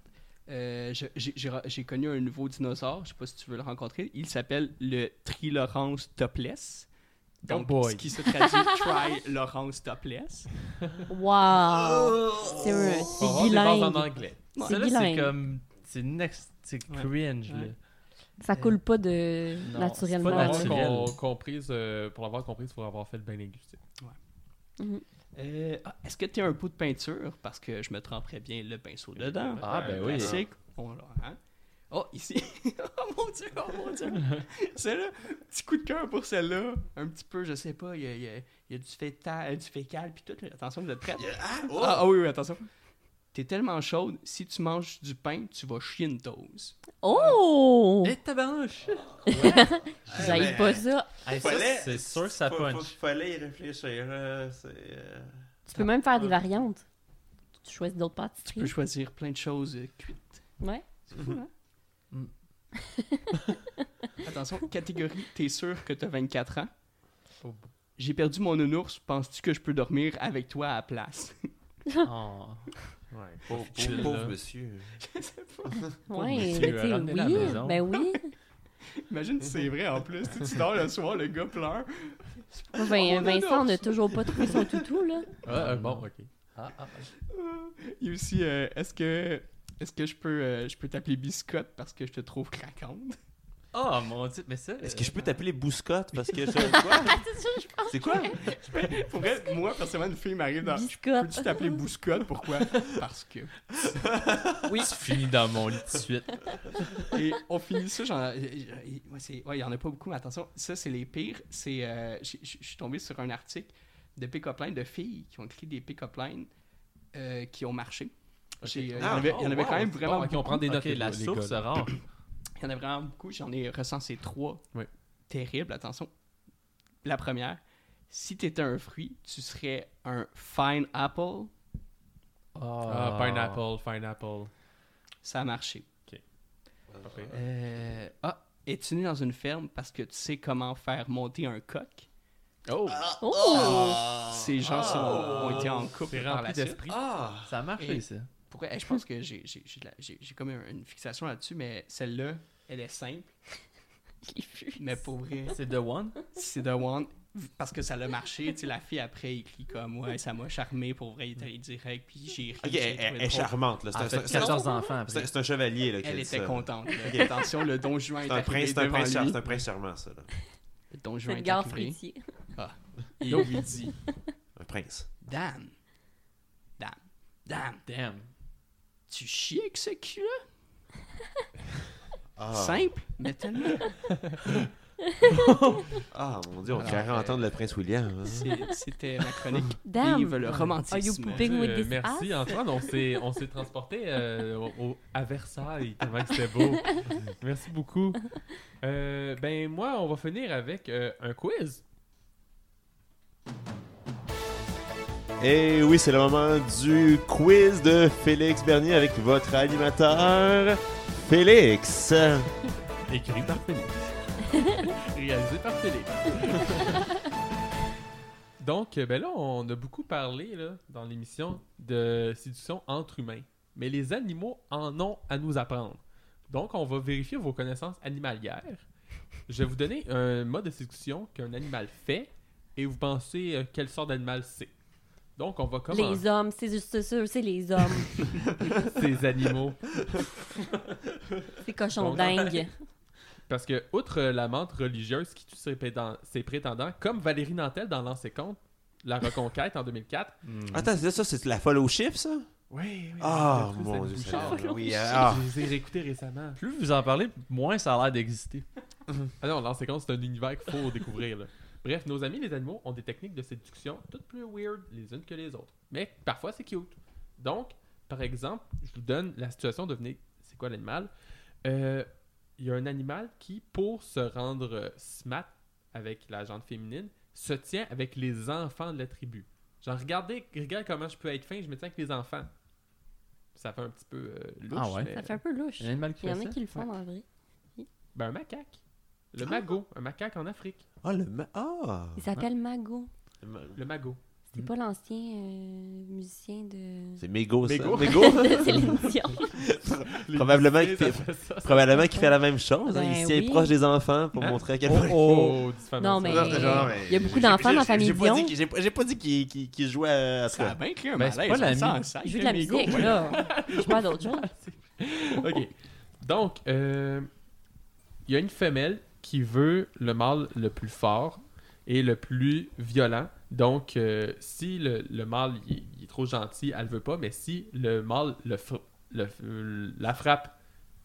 Speaker 5: Euh, je- j'ai- J'ai ra- j'ai connu un nouveau dinosaure. Je sais pas si tu veux le rencontrer. Il s'appelle le Tri-Laurence Topless. Donc,
Speaker 1: Oh boy.
Speaker 5: ce qui se traduit [laughs] Tri-Laurence Topless.
Speaker 4: Wow!
Speaker 2: Oh!
Speaker 4: C'est un-
Speaker 1: On va
Speaker 4: c'est
Speaker 1: avoir des bases en
Speaker 4: bilingue.
Speaker 1: anglais.
Speaker 5: Ouais.
Speaker 4: C'est
Speaker 3: Celle-là, c'est
Speaker 4: bilingue.
Speaker 3: comme. C'est next. C'est
Speaker 5: Ouais.
Speaker 3: cringe,
Speaker 5: Ouais.
Speaker 3: là.
Speaker 4: Ça coule pas de
Speaker 3: Non,
Speaker 4: naturellement.
Speaker 1: Pour
Speaker 3: pas
Speaker 4: là.
Speaker 1: l'avoir
Speaker 3: naturel.
Speaker 1: com- comprise, euh, pour l'avoir comprise, pour avoir fait le bain linguistique.
Speaker 5: Euh, ah, Est-ce que t'es un pot de peinture? Parce que je me tremperais bien le pinceau dedans.
Speaker 3: Ah, ben oui.
Speaker 5: Classique. On l'a, hein? Oh, ici. [laughs] oh mon dieu, oh
Speaker 3: [laughs]
Speaker 5: mon dieu. celle-là, petit coup de cœur pour celle-là. Un petit peu, je sais pas, il y a, il y a- il y a du, fétal, euh, du fécal, puis tout. Attention, vous êtes prêts?
Speaker 2: Ah, oh!
Speaker 5: Ah, ah oui, oui, attention. T'es tellement chaude, si tu manges du pain, tu vas chier une dose.
Speaker 4: Oh!
Speaker 3: Eh, tabarnouche!
Speaker 4: J'aille
Speaker 2: ben,
Speaker 4: oh, pas ça.
Speaker 3: Eh, ça,
Speaker 2: Fallait-
Speaker 3: c'est sûr que ça
Speaker 2: Faut- faut-
Speaker 3: punch.
Speaker 2: Fallait y réfléchir. euh, c'est, euh,
Speaker 4: Tu peux même faire des variantes. Tu choisis d'autres
Speaker 5: Tu peux
Speaker 4: pâtisseries.
Speaker 5: choisir plein de choses euh, cuites.
Speaker 4: Ouais. C'est fou, hein?
Speaker 3: [laughs]
Speaker 5: Attention, catégorie, t'es sûr que t'as 24 ans?
Speaker 3: Oh.
Speaker 5: J'ai perdu mon nounours, penses-tu que je peux dormir avec toi à la place? [laughs]
Speaker 3: Oh.
Speaker 1: Ouais.
Speaker 2: Pauvre,
Speaker 3: Chill,
Speaker 2: pauvre- pauvre
Speaker 3: là.
Speaker 2: monsieur.
Speaker 4: Ouais,
Speaker 3: monsieur,
Speaker 4: ben, tu sais,
Speaker 3: ramenez-la à la
Speaker 4: oui.
Speaker 3: maison.
Speaker 4: Ben oui.
Speaker 5: Imagine si c'est vrai en plus. Tu sais, tu dors le soir, le gars pleure.
Speaker 4: Ben,
Speaker 5: On
Speaker 4: Vincent n'a
Speaker 5: adore.
Speaker 4: toujours pas trouvé son toutou, là.
Speaker 1: Ah, ah, bon, ok.
Speaker 3: Ah, ah,
Speaker 5: Il y a aussi, euh, est-ce que est-ce que je peux euh, je peux t'appeler biscotte parce que je te trouve craquante?
Speaker 3: ah. Oh, mon dieu, mais ça.
Speaker 2: Est-ce
Speaker 3: euh,
Speaker 2: que je peux t'appeler Bouscotte parce [laughs] que c'est quoi C'est quoi
Speaker 5: [laughs] Pour vrai, moi personnellement une fille m'arrive dans. Peux-tu
Speaker 4: Biscotte.
Speaker 5: t'appeler bouscotte Pourquoi Parce que.
Speaker 3: Oui. Tu finis dans mon lit tout de suite.
Speaker 5: [laughs] Et on finit ça, j'en. euh, Ouais, c'est- ouais, il y en a pas beaucoup, mais attention, ça c'est les pires. C'est, euh, j'ai- je je suis tombé sur un article de pick-up line de filles qui ont écrit des pick-up lines euh, qui ont marché. J'ai, euh, il y en
Speaker 2: Ah,
Speaker 5: avait, il y en
Speaker 2: oh,
Speaker 5: avait
Speaker 2: wow.
Speaker 5: quand même vraiment
Speaker 1: Bon, ok, on prend des notes.
Speaker 3: Ok, la
Speaker 1: les
Speaker 3: source
Speaker 1: gars.
Speaker 3: rare.
Speaker 5: Il y en a vraiment beaucoup. J'en ai recensé trois.
Speaker 1: Oui.
Speaker 5: Terrible, attention. La première, si t'étais un fruit, tu serais un fine apple.
Speaker 1: Ah, pineapple, pineapple.
Speaker 5: Ça a marché.
Speaker 1: Parfait.
Speaker 5: Euh, ah, es-tu né dans une ferme parce que tu sais comment faire monter un coq?
Speaker 1: Oh!
Speaker 3: Ah.
Speaker 4: Oh!
Speaker 5: Ces gens sont,
Speaker 1: Ah.
Speaker 5: ont été en couple
Speaker 1: C'est
Speaker 5: par
Speaker 1: rempli
Speaker 5: la suite.
Speaker 1: d'esprit.
Speaker 2: Ah
Speaker 3: Ça a marché, ça.
Speaker 5: Pourquoi? Eh, je pense que j'ai, j'ai, j'ai de la- j'ai- j'ai comme une fixation là-dessus, mais celle-là, elle est simple.
Speaker 4: Il fut.
Speaker 5: Mais pour vrai,
Speaker 3: C'est The One.
Speaker 5: c'est The One. Parce que ça l'a marché, tu sais, la fille après, il crie comme, ouais, ça m'a charmé, pour vrai, il est allé direct, puis j'ai ri.
Speaker 2: Ok,
Speaker 5: j'ai
Speaker 2: elle,
Speaker 5: trouvé
Speaker 2: elle- elle est
Speaker 5: trop-
Speaker 2: charmante. là. C'est
Speaker 3: Ah,
Speaker 2: un-
Speaker 3: fait
Speaker 2: C'est un-
Speaker 3: 14 enfants
Speaker 2: c'est un-
Speaker 3: après.
Speaker 2: c'est un chevalier. Là, qui a
Speaker 5: Elle
Speaker 2: dit
Speaker 5: était
Speaker 2: ça.
Speaker 5: contente. là.
Speaker 2: Ok.
Speaker 5: Attention, le don juin est,
Speaker 2: C'est un
Speaker 5: arrivé
Speaker 2: prince, c'est un
Speaker 5: devant
Speaker 2: prince, char-
Speaker 5: lui.
Speaker 2: c'est un prince charmant, ça. là.
Speaker 5: Le don juin
Speaker 4: Faites
Speaker 5: est
Speaker 4: gaffe,
Speaker 5: arrivé.
Speaker 4: Fritzy.
Speaker 5: Et il lui dit,
Speaker 2: Un prince.
Speaker 5: dame, dame, dame,
Speaker 3: Damn.
Speaker 5: tu chies avec ce cul-là?
Speaker 2: Ah.
Speaker 5: Simple, mais tellement...
Speaker 2: Ah, mon Dieu, on
Speaker 5: Alors,
Speaker 2: fait entendre le prince William. hein.
Speaker 5: C'est- C'était ma
Speaker 2: [laughs]
Speaker 5: chronique. Vive
Speaker 4: Damn!
Speaker 5: le
Speaker 4: Are you
Speaker 5: romantisme.
Speaker 4: pooping with
Speaker 1: Euh,
Speaker 4: this
Speaker 1: merci Antoine, on s'est, on s'est transporté euh, au- au- à Versailles, tellement que c'était beau. merci beaucoup. Euh, ben moi, on va finir avec euh, un quiz.
Speaker 2: Et oui, c'est le moment du quiz de Félix Bernier avec votre animateur, Félix.
Speaker 1: Écrit par [laughs] Félix. Réalisé par Félix. [laughs] Donc, ben là, on a beaucoup parlé là, dans l'émission de séduction entre humains. Mais les animaux en ont à nous apprendre. Donc, on va vérifier vos connaissances animalières. Je vais vous donner un mode de séduction qu'un animal fait et vous pensez euh, quelle sorte d'animal c'est. Donc, on va commencer.
Speaker 4: Les hommes, c'est juste sûr, c'est les hommes.
Speaker 1: Ces animaux.
Speaker 4: C'est cochon
Speaker 1: Bon.
Speaker 4: dingue.
Speaker 1: Parce que, outre euh, la menthe religieuse qui tue ses, prétend- ses prétendants, comme Valérie Nantel dans L'Ancien Compte, La Reconquête en 2004.
Speaker 3: Ah.
Speaker 2: Attends, c'est ça, c'est la follow chip, ça?
Speaker 1: Oui, oui.
Speaker 2: Ah, mon Dieu,
Speaker 1: Bouchard.
Speaker 2: Seigneur. Oui, euh, ah.
Speaker 1: Je les ai réécoutés récemment.
Speaker 3: Plus vous en parlez, moins ça a l'air d'exister.
Speaker 1: Ah non, L'Ancien Compte, c'est un univers qu'il faut découvrir. là. Bref, nos amis les animaux ont des techniques de séduction toutes plus weird les unes que les autres. Mais parfois, c'est cute. Donc, par exemple, je vous donne la situation de venir. C'est quoi l'animal Euh, Il y a un animal qui, pour se rendre euh, smat avec la jante féminine, se tient avec les enfants de la tribu. Genre, regardez, regarde comment je peux être fin, je me tiens avec les enfants. Ça fait un petit peu euh, louche.
Speaker 3: Ah ouais?
Speaker 1: mais-
Speaker 4: Ça fait un peu louche.
Speaker 3: Il y a un animal qui
Speaker 4: Il y
Speaker 3: fait
Speaker 4: en a
Speaker 3: ça?
Speaker 4: qui le font en vrai.
Speaker 1: Ben, un macaque. Le
Speaker 4: Ah.
Speaker 1: magot, un macaque en Afrique.
Speaker 2: Ah, le... ma- Ah!
Speaker 4: Il s'appelle Mago.
Speaker 2: Le ma-
Speaker 1: Le magot.
Speaker 4: C'est pas l'ancien euh, musicien de.
Speaker 2: C'est mégo, ça.
Speaker 1: Mégo.
Speaker 4: [laughs]
Speaker 2: [laughs] Mégo.
Speaker 4: C'est l'émission.
Speaker 2: Probablement
Speaker 1: Les
Speaker 2: qu'il fait-
Speaker 1: Disney, ça fait ça.
Speaker 2: Probablement qu'il fait la même chose. hein.
Speaker 4: Ben
Speaker 2: Il s'y est
Speaker 4: oui.
Speaker 2: proche des enfants pour montrer à quel
Speaker 1: Oh,
Speaker 2: point...
Speaker 1: oh, diffamation.
Speaker 4: Non, mais.
Speaker 2: Non, c'est genre, mais
Speaker 4: Il y a beaucoup
Speaker 2: j'ai-
Speaker 4: d'enfants
Speaker 2: j'ai-
Speaker 4: dans la
Speaker 2: j'ai-
Speaker 4: famille
Speaker 2: j'ai pas dit
Speaker 4: Dion.
Speaker 2: qu'il- J'ai pas- j'ai pas dit qu'il qu'il- qu'il jouait à... en tout
Speaker 5: Ça a
Speaker 2: cas.
Speaker 5: bien créé un
Speaker 3: Ben, c'est
Speaker 5: malaise.
Speaker 3: pas la
Speaker 5: on s'en
Speaker 3: mie.
Speaker 5: sert,
Speaker 4: Je joue de la
Speaker 5: mais go,
Speaker 4: musique,
Speaker 5: ouais.
Speaker 4: là. Je joue à d'autres gens.
Speaker 1: OK. Donc, euh, il y a une femelle qui veut le mâle le plus fort et le plus violent. Donc, euh, si le, le mâle il, est- il est trop gentil, elle veut pas. Mais si le mâle le, fr- le- euh, la frappe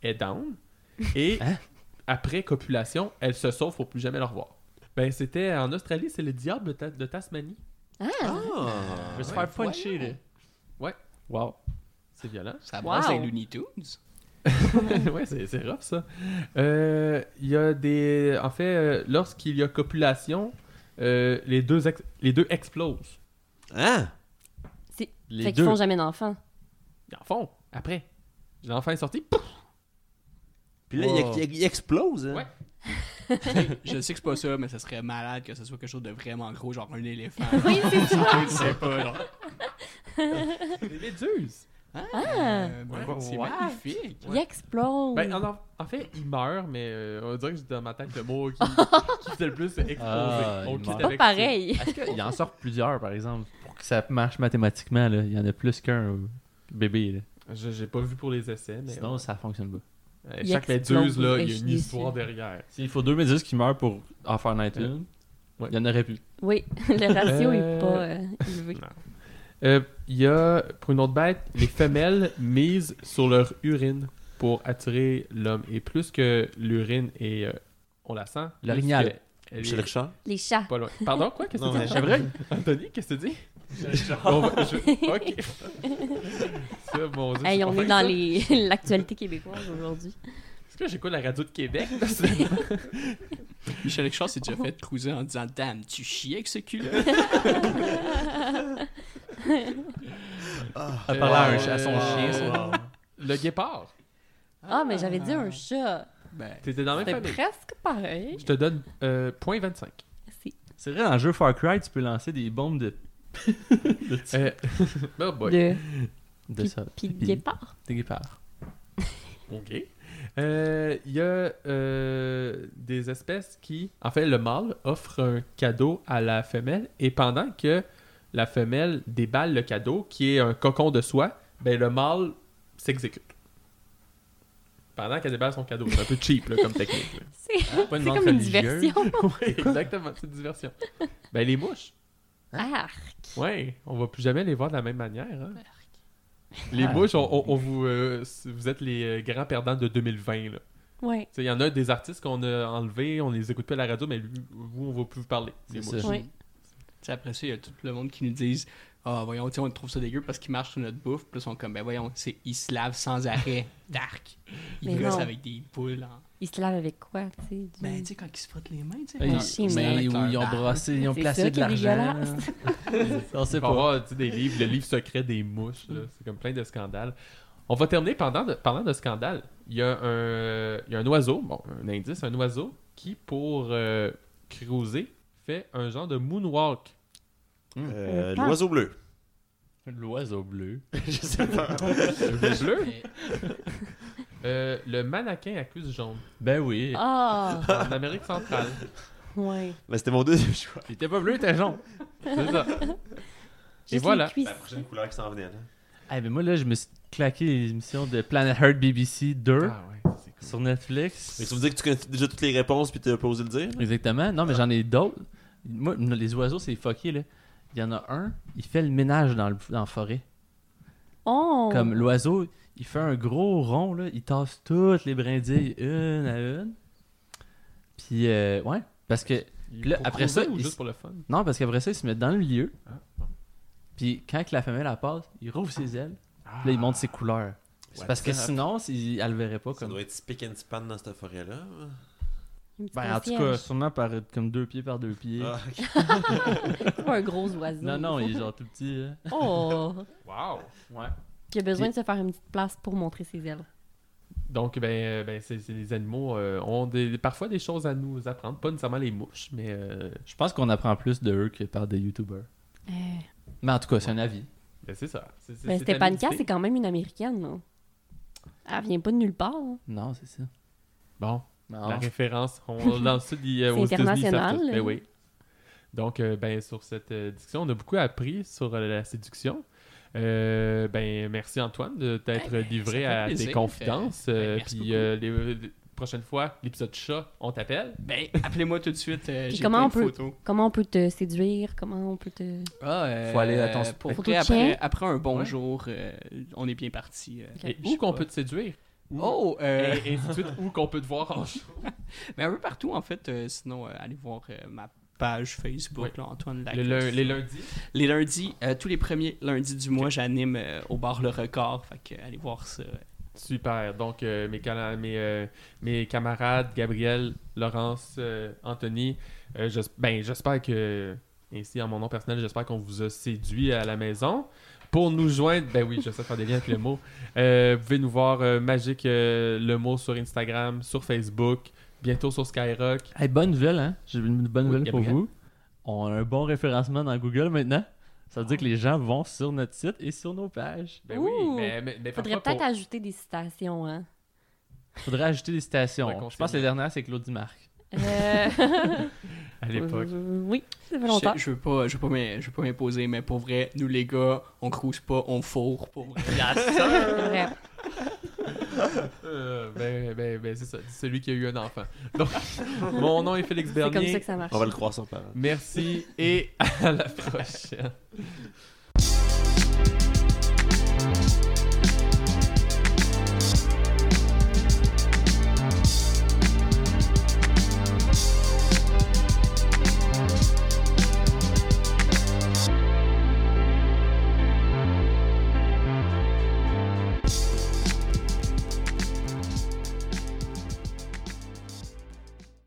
Speaker 1: est down, Et
Speaker 3: Hein?
Speaker 1: après copulation, elle se sauve pour plus jamais le revoir. Ben, c'était en Australie, c'est le diable de, Ta- de Tasmanie.
Speaker 4: Ah!
Speaker 3: Je vais se faire puncher, là.
Speaker 1: Wow. C'est violent.
Speaker 5: Ça
Speaker 4: Wow.
Speaker 5: brasse les Looney Tunes.
Speaker 1: [laughs] ouais, c'est c'est rough ça. Euh, Il y a des. En fait, euh, lorsqu'il y a copulation, euh, les, deux ex- les deux explosent.
Speaker 2: Hein?
Speaker 3: Les
Speaker 4: fait qu'ils
Speaker 3: deux.
Speaker 4: font jamais d'enfants.
Speaker 1: Ils en font, après. L'enfant est sorti, pouf!
Speaker 2: Puis là,
Speaker 3: Wow.
Speaker 2: il, il explose. Hein?
Speaker 1: Ouais.
Speaker 5: Je sais que c'est pas ça, mais ça serait malade que ce soit quelque chose de vraiment gros, genre un éléphant.
Speaker 4: Oui, c'est ça.
Speaker 5: Je sais pas, genre.
Speaker 1: les méduses.
Speaker 5: Ah,
Speaker 4: Ah.
Speaker 5: euh, ben,
Speaker 1: Ouais.
Speaker 5: c'est
Speaker 1: Ouais.
Speaker 5: magnifique.
Speaker 4: Ils explosent.
Speaker 1: Ben, en, en fait, il meurt, mais euh, on dirait que j'étais dans ma tête le
Speaker 4: [laughs]
Speaker 1: mot qui, qui faisait le plus exploser.
Speaker 3: Ah,
Speaker 1: On
Speaker 3: il
Speaker 1: quitte
Speaker 3: meurt.
Speaker 4: pas
Speaker 1: avec ça.
Speaker 4: pareil.
Speaker 3: Est-ce qu'il en sort plusieurs, par exemple, pour que ça marche mathématiquement, là? Il y en a plus qu'un euh, bébé, là.
Speaker 1: Je- J'ai pas vu pour les essais, mais.
Speaker 3: Sinon, ça fonctionne pas.
Speaker 1: ouais. Euh,
Speaker 4: Il
Speaker 1: Chaque
Speaker 4: explose,
Speaker 1: méduse, là,
Speaker 4: et
Speaker 1: il y a
Speaker 4: je
Speaker 1: une
Speaker 4: suis
Speaker 1: histoire derrière.
Speaker 3: S'il faut deux méduses qui meurent pour en faire naître une,
Speaker 1: Ouais.
Speaker 3: il y en aurait plus.
Speaker 4: Oui, [laughs] le ratio
Speaker 1: Euh,
Speaker 4: est pas euh, élevé.
Speaker 1: Euh, Il y a, pour une autre bête, les femelles [laughs] misent sur leur urine pour attirer l'homme. Et plus que l'urine est. euh, on la sent. plus
Speaker 3: L'orignal.
Speaker 1: que elle est
Speaker 2: Chez le Richard?
Speaker 4: Les chats. [laughs]
Speaker 1: Pas loin. Pardon, quoi Qu'est-ce
Speaker 2: Non,
Speaker 1: que tu
Speaker 2: mais-
Speaker 1: dis J'aimerais. Anthony, qu'est-ce que tu dis On va- je- Ok. [laughs] Ça, mon Dieu, je
Speaker 4: Hey,
Speaker 1: suis pas
Speaker 4: on
Speaker 1: fin
Speaker 4: est dans
Speaker 1: que ça.
Speaker 4: les- [laughs] l'actualité québécoise aujourd'hui.
Speaker 1: Est-ce que j'écoute la radio de Québec là, c'est-
Speaker 5: Michel Richard s'est
Speaker 4: Oh.
Speaker 5: déjà fait cruiser en disant Dame, tu chies avec ce cul
Speaker 3: Elle
Speaker 1: parlait à un
Speaker 3: chat, à son chien,
Speaker 1: ça. Euh, Le guépard.
Speaker 4: Ah, mais j'avais dit un chat.
Speaker 5: Ben,
Speaker 1: T'étais dans la même
Speaker 4: C'est
Speaker 1: famille.
Speaker 4: presque pareil.
Speaker 1: Je te donne euh, point 25.
Speaker 4: C'est
Speaker 3: C'est vrai, dans le jeu Far Cry, tu peux lancer des bombes de. [laughs] de, ti-
Speaker 1: Euh, [laughs] oh boy.
Speaker 4: de
Speaker 3: de ça.
Speaker 4: puis de guépard. [laughs]
Speaker 3: Des guépards.
Speaker 1: OK. Euh, Il y a euh, des espèces qui... En fait, le mâle offre un cadeau à la femelle et pendant que la femelle déballe le cadeau, qui est un cocon de soie, ben le mâle s'exécute. Pendant qu'elle déballe son cadeau. C'est un peu cheap là, comme technique. là.
Speaker 4: C'est
Speaker 3: Pas
Speaker 4: c'est comme une diversion.
Speaker 1: [laughs] Ouais, exactement, c'est une diversion. [laughs] Ben les mouches.
Speaker 4: Ah,
Speaker 1: Ouais, on va plus jamais les voir de la même manière. hein. Les mouches, on, on- on vous, euh, vous êtes les euh, grands perdants de 2020. Là.
Speaker 4: ouais.
Speaker 1: Tu sais, Il y en a des artistes qu'on a enlevés, on les écoute pas à la radio, mais lui- vous, on va plus vous parler. des
Speaker 3: C'est
Speaker 1: mouches.
Speaker 3: ça.
Speaker 4: Ouais.
Speaker 5: tu sais, après ça, il y a tout le monde qui nous disent Ah, voyons, tu sais, on trouve ça dégueu parce qu'ils marchent sur notre bouffe. Puis là, ils sont comme Ben, voyons, c'est ils se lavent sans [laughs] arrêt, dark.
Speaker 4: Mais
Speaker 5: Ils gossent
Speaker 4: non. Mm.
Speaker 5: avec des poules. En...
Speaker 4: Ils se lavent avec quoi, tu sais? du-
Speaker 5: Ben, tu sais, quand ils se frottent les mains, tu sais.
Speaker 4: Ils-
Speaker 5: genre,
Speaker 4: chien,
Speaker 5: se lavent
Speaker 4: mais-
Speaker 3: Mais
Speaker 5: avec
Speaker 3: où
Speaker 5: leur
Speaker 3: ils ont
Speaker 5: barbe.
Speaker 3: brassé, ils ont
Speaker 4: C'est
Speaker 3: placé
Speaker 4: ça
Speaker 3: de
Speaker 4: qui est
Speaker 3: l'argent. [laughs] On
Speaker 1: C'est
Speaker 3: sait
Speaker 1: pas
Speaker 3: pas.
Speaker 1: avoir, tu sais, des livres, le livre secret des mouches. là. C'est comme plein de scandales. On va terminer pendant de, parlant de scandales. Il y, a un, il y a un oiseau, bon, un indice, un oiseau qui, pour euh, cruiser, fait un genre de moonwalk.
Speaker 2: Euh,
Speaker 4: Euh,
Speaker 2: L'oiseau bleu.
Speaker 3: L'oiseau bleu.
Speaker 2: Je sais pas.
Speaker 3: [laughs]
Speaker 1: Le bleu,
Speaker 5: Mais-
Speaker 1: euh, le mannequin accuse
Speaker 3: [laughs]
Speaker 1: jaune.
Speaker 3: Ben oui.
Speaker 4: Ah,
Speaker 1: En Amérique centrale.
Speaker 4: ouais.
Speaker 2: Mais Ben, c'était mon deuxième [laughs] choix.
Speaker 3: Il était pas bleu, il était jaune.
Speaker 1: C'est ça.
Speaker 4: Juste les
Speaker 1: voilà.
Speaker 4: cuisses.
Speaker 2: La prochaine couleur qui s'en venait. Là.
Speaker 3: Eh ben moi, là, je me suis claqué les émissions de Planet Earth BBC
Speaker 1: Ah
Speaker 3: 2
Speaker 1: ouais, ça, c'est cool.
Speaker 3: sur Netflix.
Speaker 2: Mais tu me dis que tu connais déjà toutes les réponses puis t'as pas osé le dire? là?
Speaker 3: Exactement. Non, mais j'en ai d'autres. Moi, n- les oiseaux, c'est fucké, là. Il y en a un, il fait le ménage dans, le, dans la forêt.
Speaker 4: Oh!
Speaker 3: Comme l'oiseau, il fait un gros rond, là. Il tasse toutes les brindilles une à une. Puis, euh, ouais. Parce que, Là,
Speaker 1: Pour
Speaker 3: après
Speaker 1: cruiser
Speaker 3: ça,
Speaker 1: ou
Speaker 3: il-
Speaker 1: juste pour le fun?
Speaker 3: non, parce qu'après ça, il se met dans le milieu.
Speaker 1: Ah, bon.
Speaker 3: Puis, quand que la femelle, elle passe, il rouvre ses ailes. Puis là, il montre ses couleurs. C'est
Speaker 2: What
Speaker 3: parce que
Speaker 2: the-
Speaker 3: sinon, c'est- elle le verrait pas.
Speaker 2: Ça
Speaker 3: Comme...
Speaker 2: doit être speak and span dans cette forêt-là.
Speaker 4: Un petit
Speaker 3: Ben, en tout cas,
Speaker 4: concierge.
Speaker 3: sûrement par, comme deux pieds par deux pieds.
Speaker 2: Ah, ok.
Speaker 4: C'est pas un gros oiseau.
Speaker 3: Non, non, il est genre tout petit. hein. là.
Speaker 4: Oh!
Speaker 1: Wow! Ouais.
Speaker 4: Qui a besoin de se faire une petite place pour montrer ses ailes.
Speaker 1: Donc, ben, euh, ben c'est, c'est- les animaux euh, ont des, parfois des choses à nous apprendre, pas nécessairement les mouches, mais euh,
Speaker 3: Je pense qu'on apprend plus de eux que par des youtubeurs.
Speaker 4: Euh,
Speaker 3: Mais en tout cas, c'est un avis.
Speaker 1: ben, c'est ça. C'est, c'est,
Speaker 4: ben,
Speaker 1: c'est la
Speaker 4: Stepanka,
Speaker 1: nudité.
Speaker 4: c'est quand même une américaine, non? Elle vient pas de nulle part. hein.
Speaker 3: Non, c'est ça.
Speaker 1: Bon,
Speaker 3: Non.
Speaker 5: Ah.
Speaker 1: la référence,
Speaker 4: [laughs]
Speaker 1: on dans le sud, il- euh,
Speaker 4: C'est
Speaker 1: aux États-Unis, ils savent
Speaker 4: international,
Speaker 1: tout. Ben
Speaker 4: là.
Speaker 1: oui. Donc, euh, ben, sur cette euh, discussion, on a beaucoup appris sur euh, la séduction. Euh, ben, merci Antoine de t'être
Speaker 5: Eh ben,
Speaker 1: livré
Speaker 5: ça fait
Speaker 1: à tes
Speaker 5: plaisir.
Speaker 1: confidences.
Speaker 5: Ben,
Speaker 1: euh,
Speaker 5: merci
Speaker 1: puis
Speaker 5: beaucoup.
Speaker 1: euh, les, les prochaines fois, l'épisode chat, on t'appelle.
Speaker 5: Ben, appelez-moi tout de suite. euh,
Speaker 4: Puis
Speaker 5: j'ai
Speaker 4: comment
Speaker 5: plein
Speaker 4: on
Speaker 5: de
Speaker 4: peut-
Speaker 5: photos.
Speaker 4: Comment on peut te séduire? Comment on peut te.
Speaker 5: Ah, euh,
Speaker 3: Faut aller à ton-
Speaker 5: pour
Speaker 4: Faut
Speaker 5: vrai,
Speaker 4: tout
Speaker 5: après,
Speaker 4: check.
Speaker 5: après un bon
Speaker 1: Ouais.
Speaker 5: jour, euh, on est bien parti. euh,
Speaker 4: Ok.
Speaker 1: Et
Speaker 5: je
Speaker 1: où
Speaker 5: sais
Speaker 1: qu'on
Speaker 5: pas.
Speaker 1: peut te séduire? Où-
Speaker 5: Oh! euh,
Speaker 1: Et, et ainsi de suite, où qu'on peut te voir
Speaker 5: [laughs]
Speaker 1: en show.
Speaker 5: Mais un peu partout, en fait. euh, sinon, euh, allez voir euh, ma page Facebook,
Speaker 1: Oui.
Speaker 5: là, Antoine Lacoste.
Speaker 1: Le lun- les lundis.
Speaker 5: Les lundis, euh, tous les premiers lundis du mois, j'anime euh, au bar Le Record. Fait que, euh, allez voir ça.
Speaker 1: Super. Donc, euh, mes, cala- mes, euh, mes camarades, Gabriel, Laurence, euh, Anthony, euh, j'es- ben, j'espère que, ainsi en mon nom personnel, j'espère qu'on vous a séduit à la maison. Pour nous joindre, ben oui, j'essaie de faire des liens avec le mot. Euh, vous pouvez nous voir euh, Magique euh, Le Mot sur Instagram, sur Facebook, bientôt sur Skyrock.
Speaker 3: Hey, bonne nouvelle, hein? J'ai une bonne
Speaker 1: Oui,
Speaker 3: nouvelle pour
Speaker 1: Gabriel.
Speaker 3: vous. On a un bon référencement dans Google maintenant. Ça veut dire que les gens vont sur notre site et sur nos pages.
Speaker 1: Ben
Speaker 4: Ouh.
Speaker 1: oui, mais, mais, mais
Speaker 4: Faudrait
Speaker 1: parfois
Speaker 4: peut-être
Speaker 1: pour-
Speaker 4: ajouter des citations, [laughs] hein.
Speaker 3: Faudrait ajouter des citations.
Speaker 1: Ouais, continue.
Speaker 3: Je pense que la dernière, c'est Claude Dumarc.
Speaker 4: Euh,
Speaker 1: à l'époque.
Speaker 4: Oui, ça fait
Speaker 5: Je,
Speaker 4: longtemps.
Speaker 5: je veux pas, je veux pas m'im- je veux pas m'imposer, mais pour vrai, nous les gars, on crouse pas, on fourre pour vrai.
Speaker 4: [laughs] Bref.
Speaker 1: Euh, ben, ben, ben, c'est ça, celui qui a eu un enfant. Donc, [laughs] mon nom est Félix
Speaker 4: C'est comme
Speaker 1: Bernier.
Speaker 4: ça que ça marche.
Speaker 2: On va le croire sans parole.
Speaker 1: Merci et à la prochaine.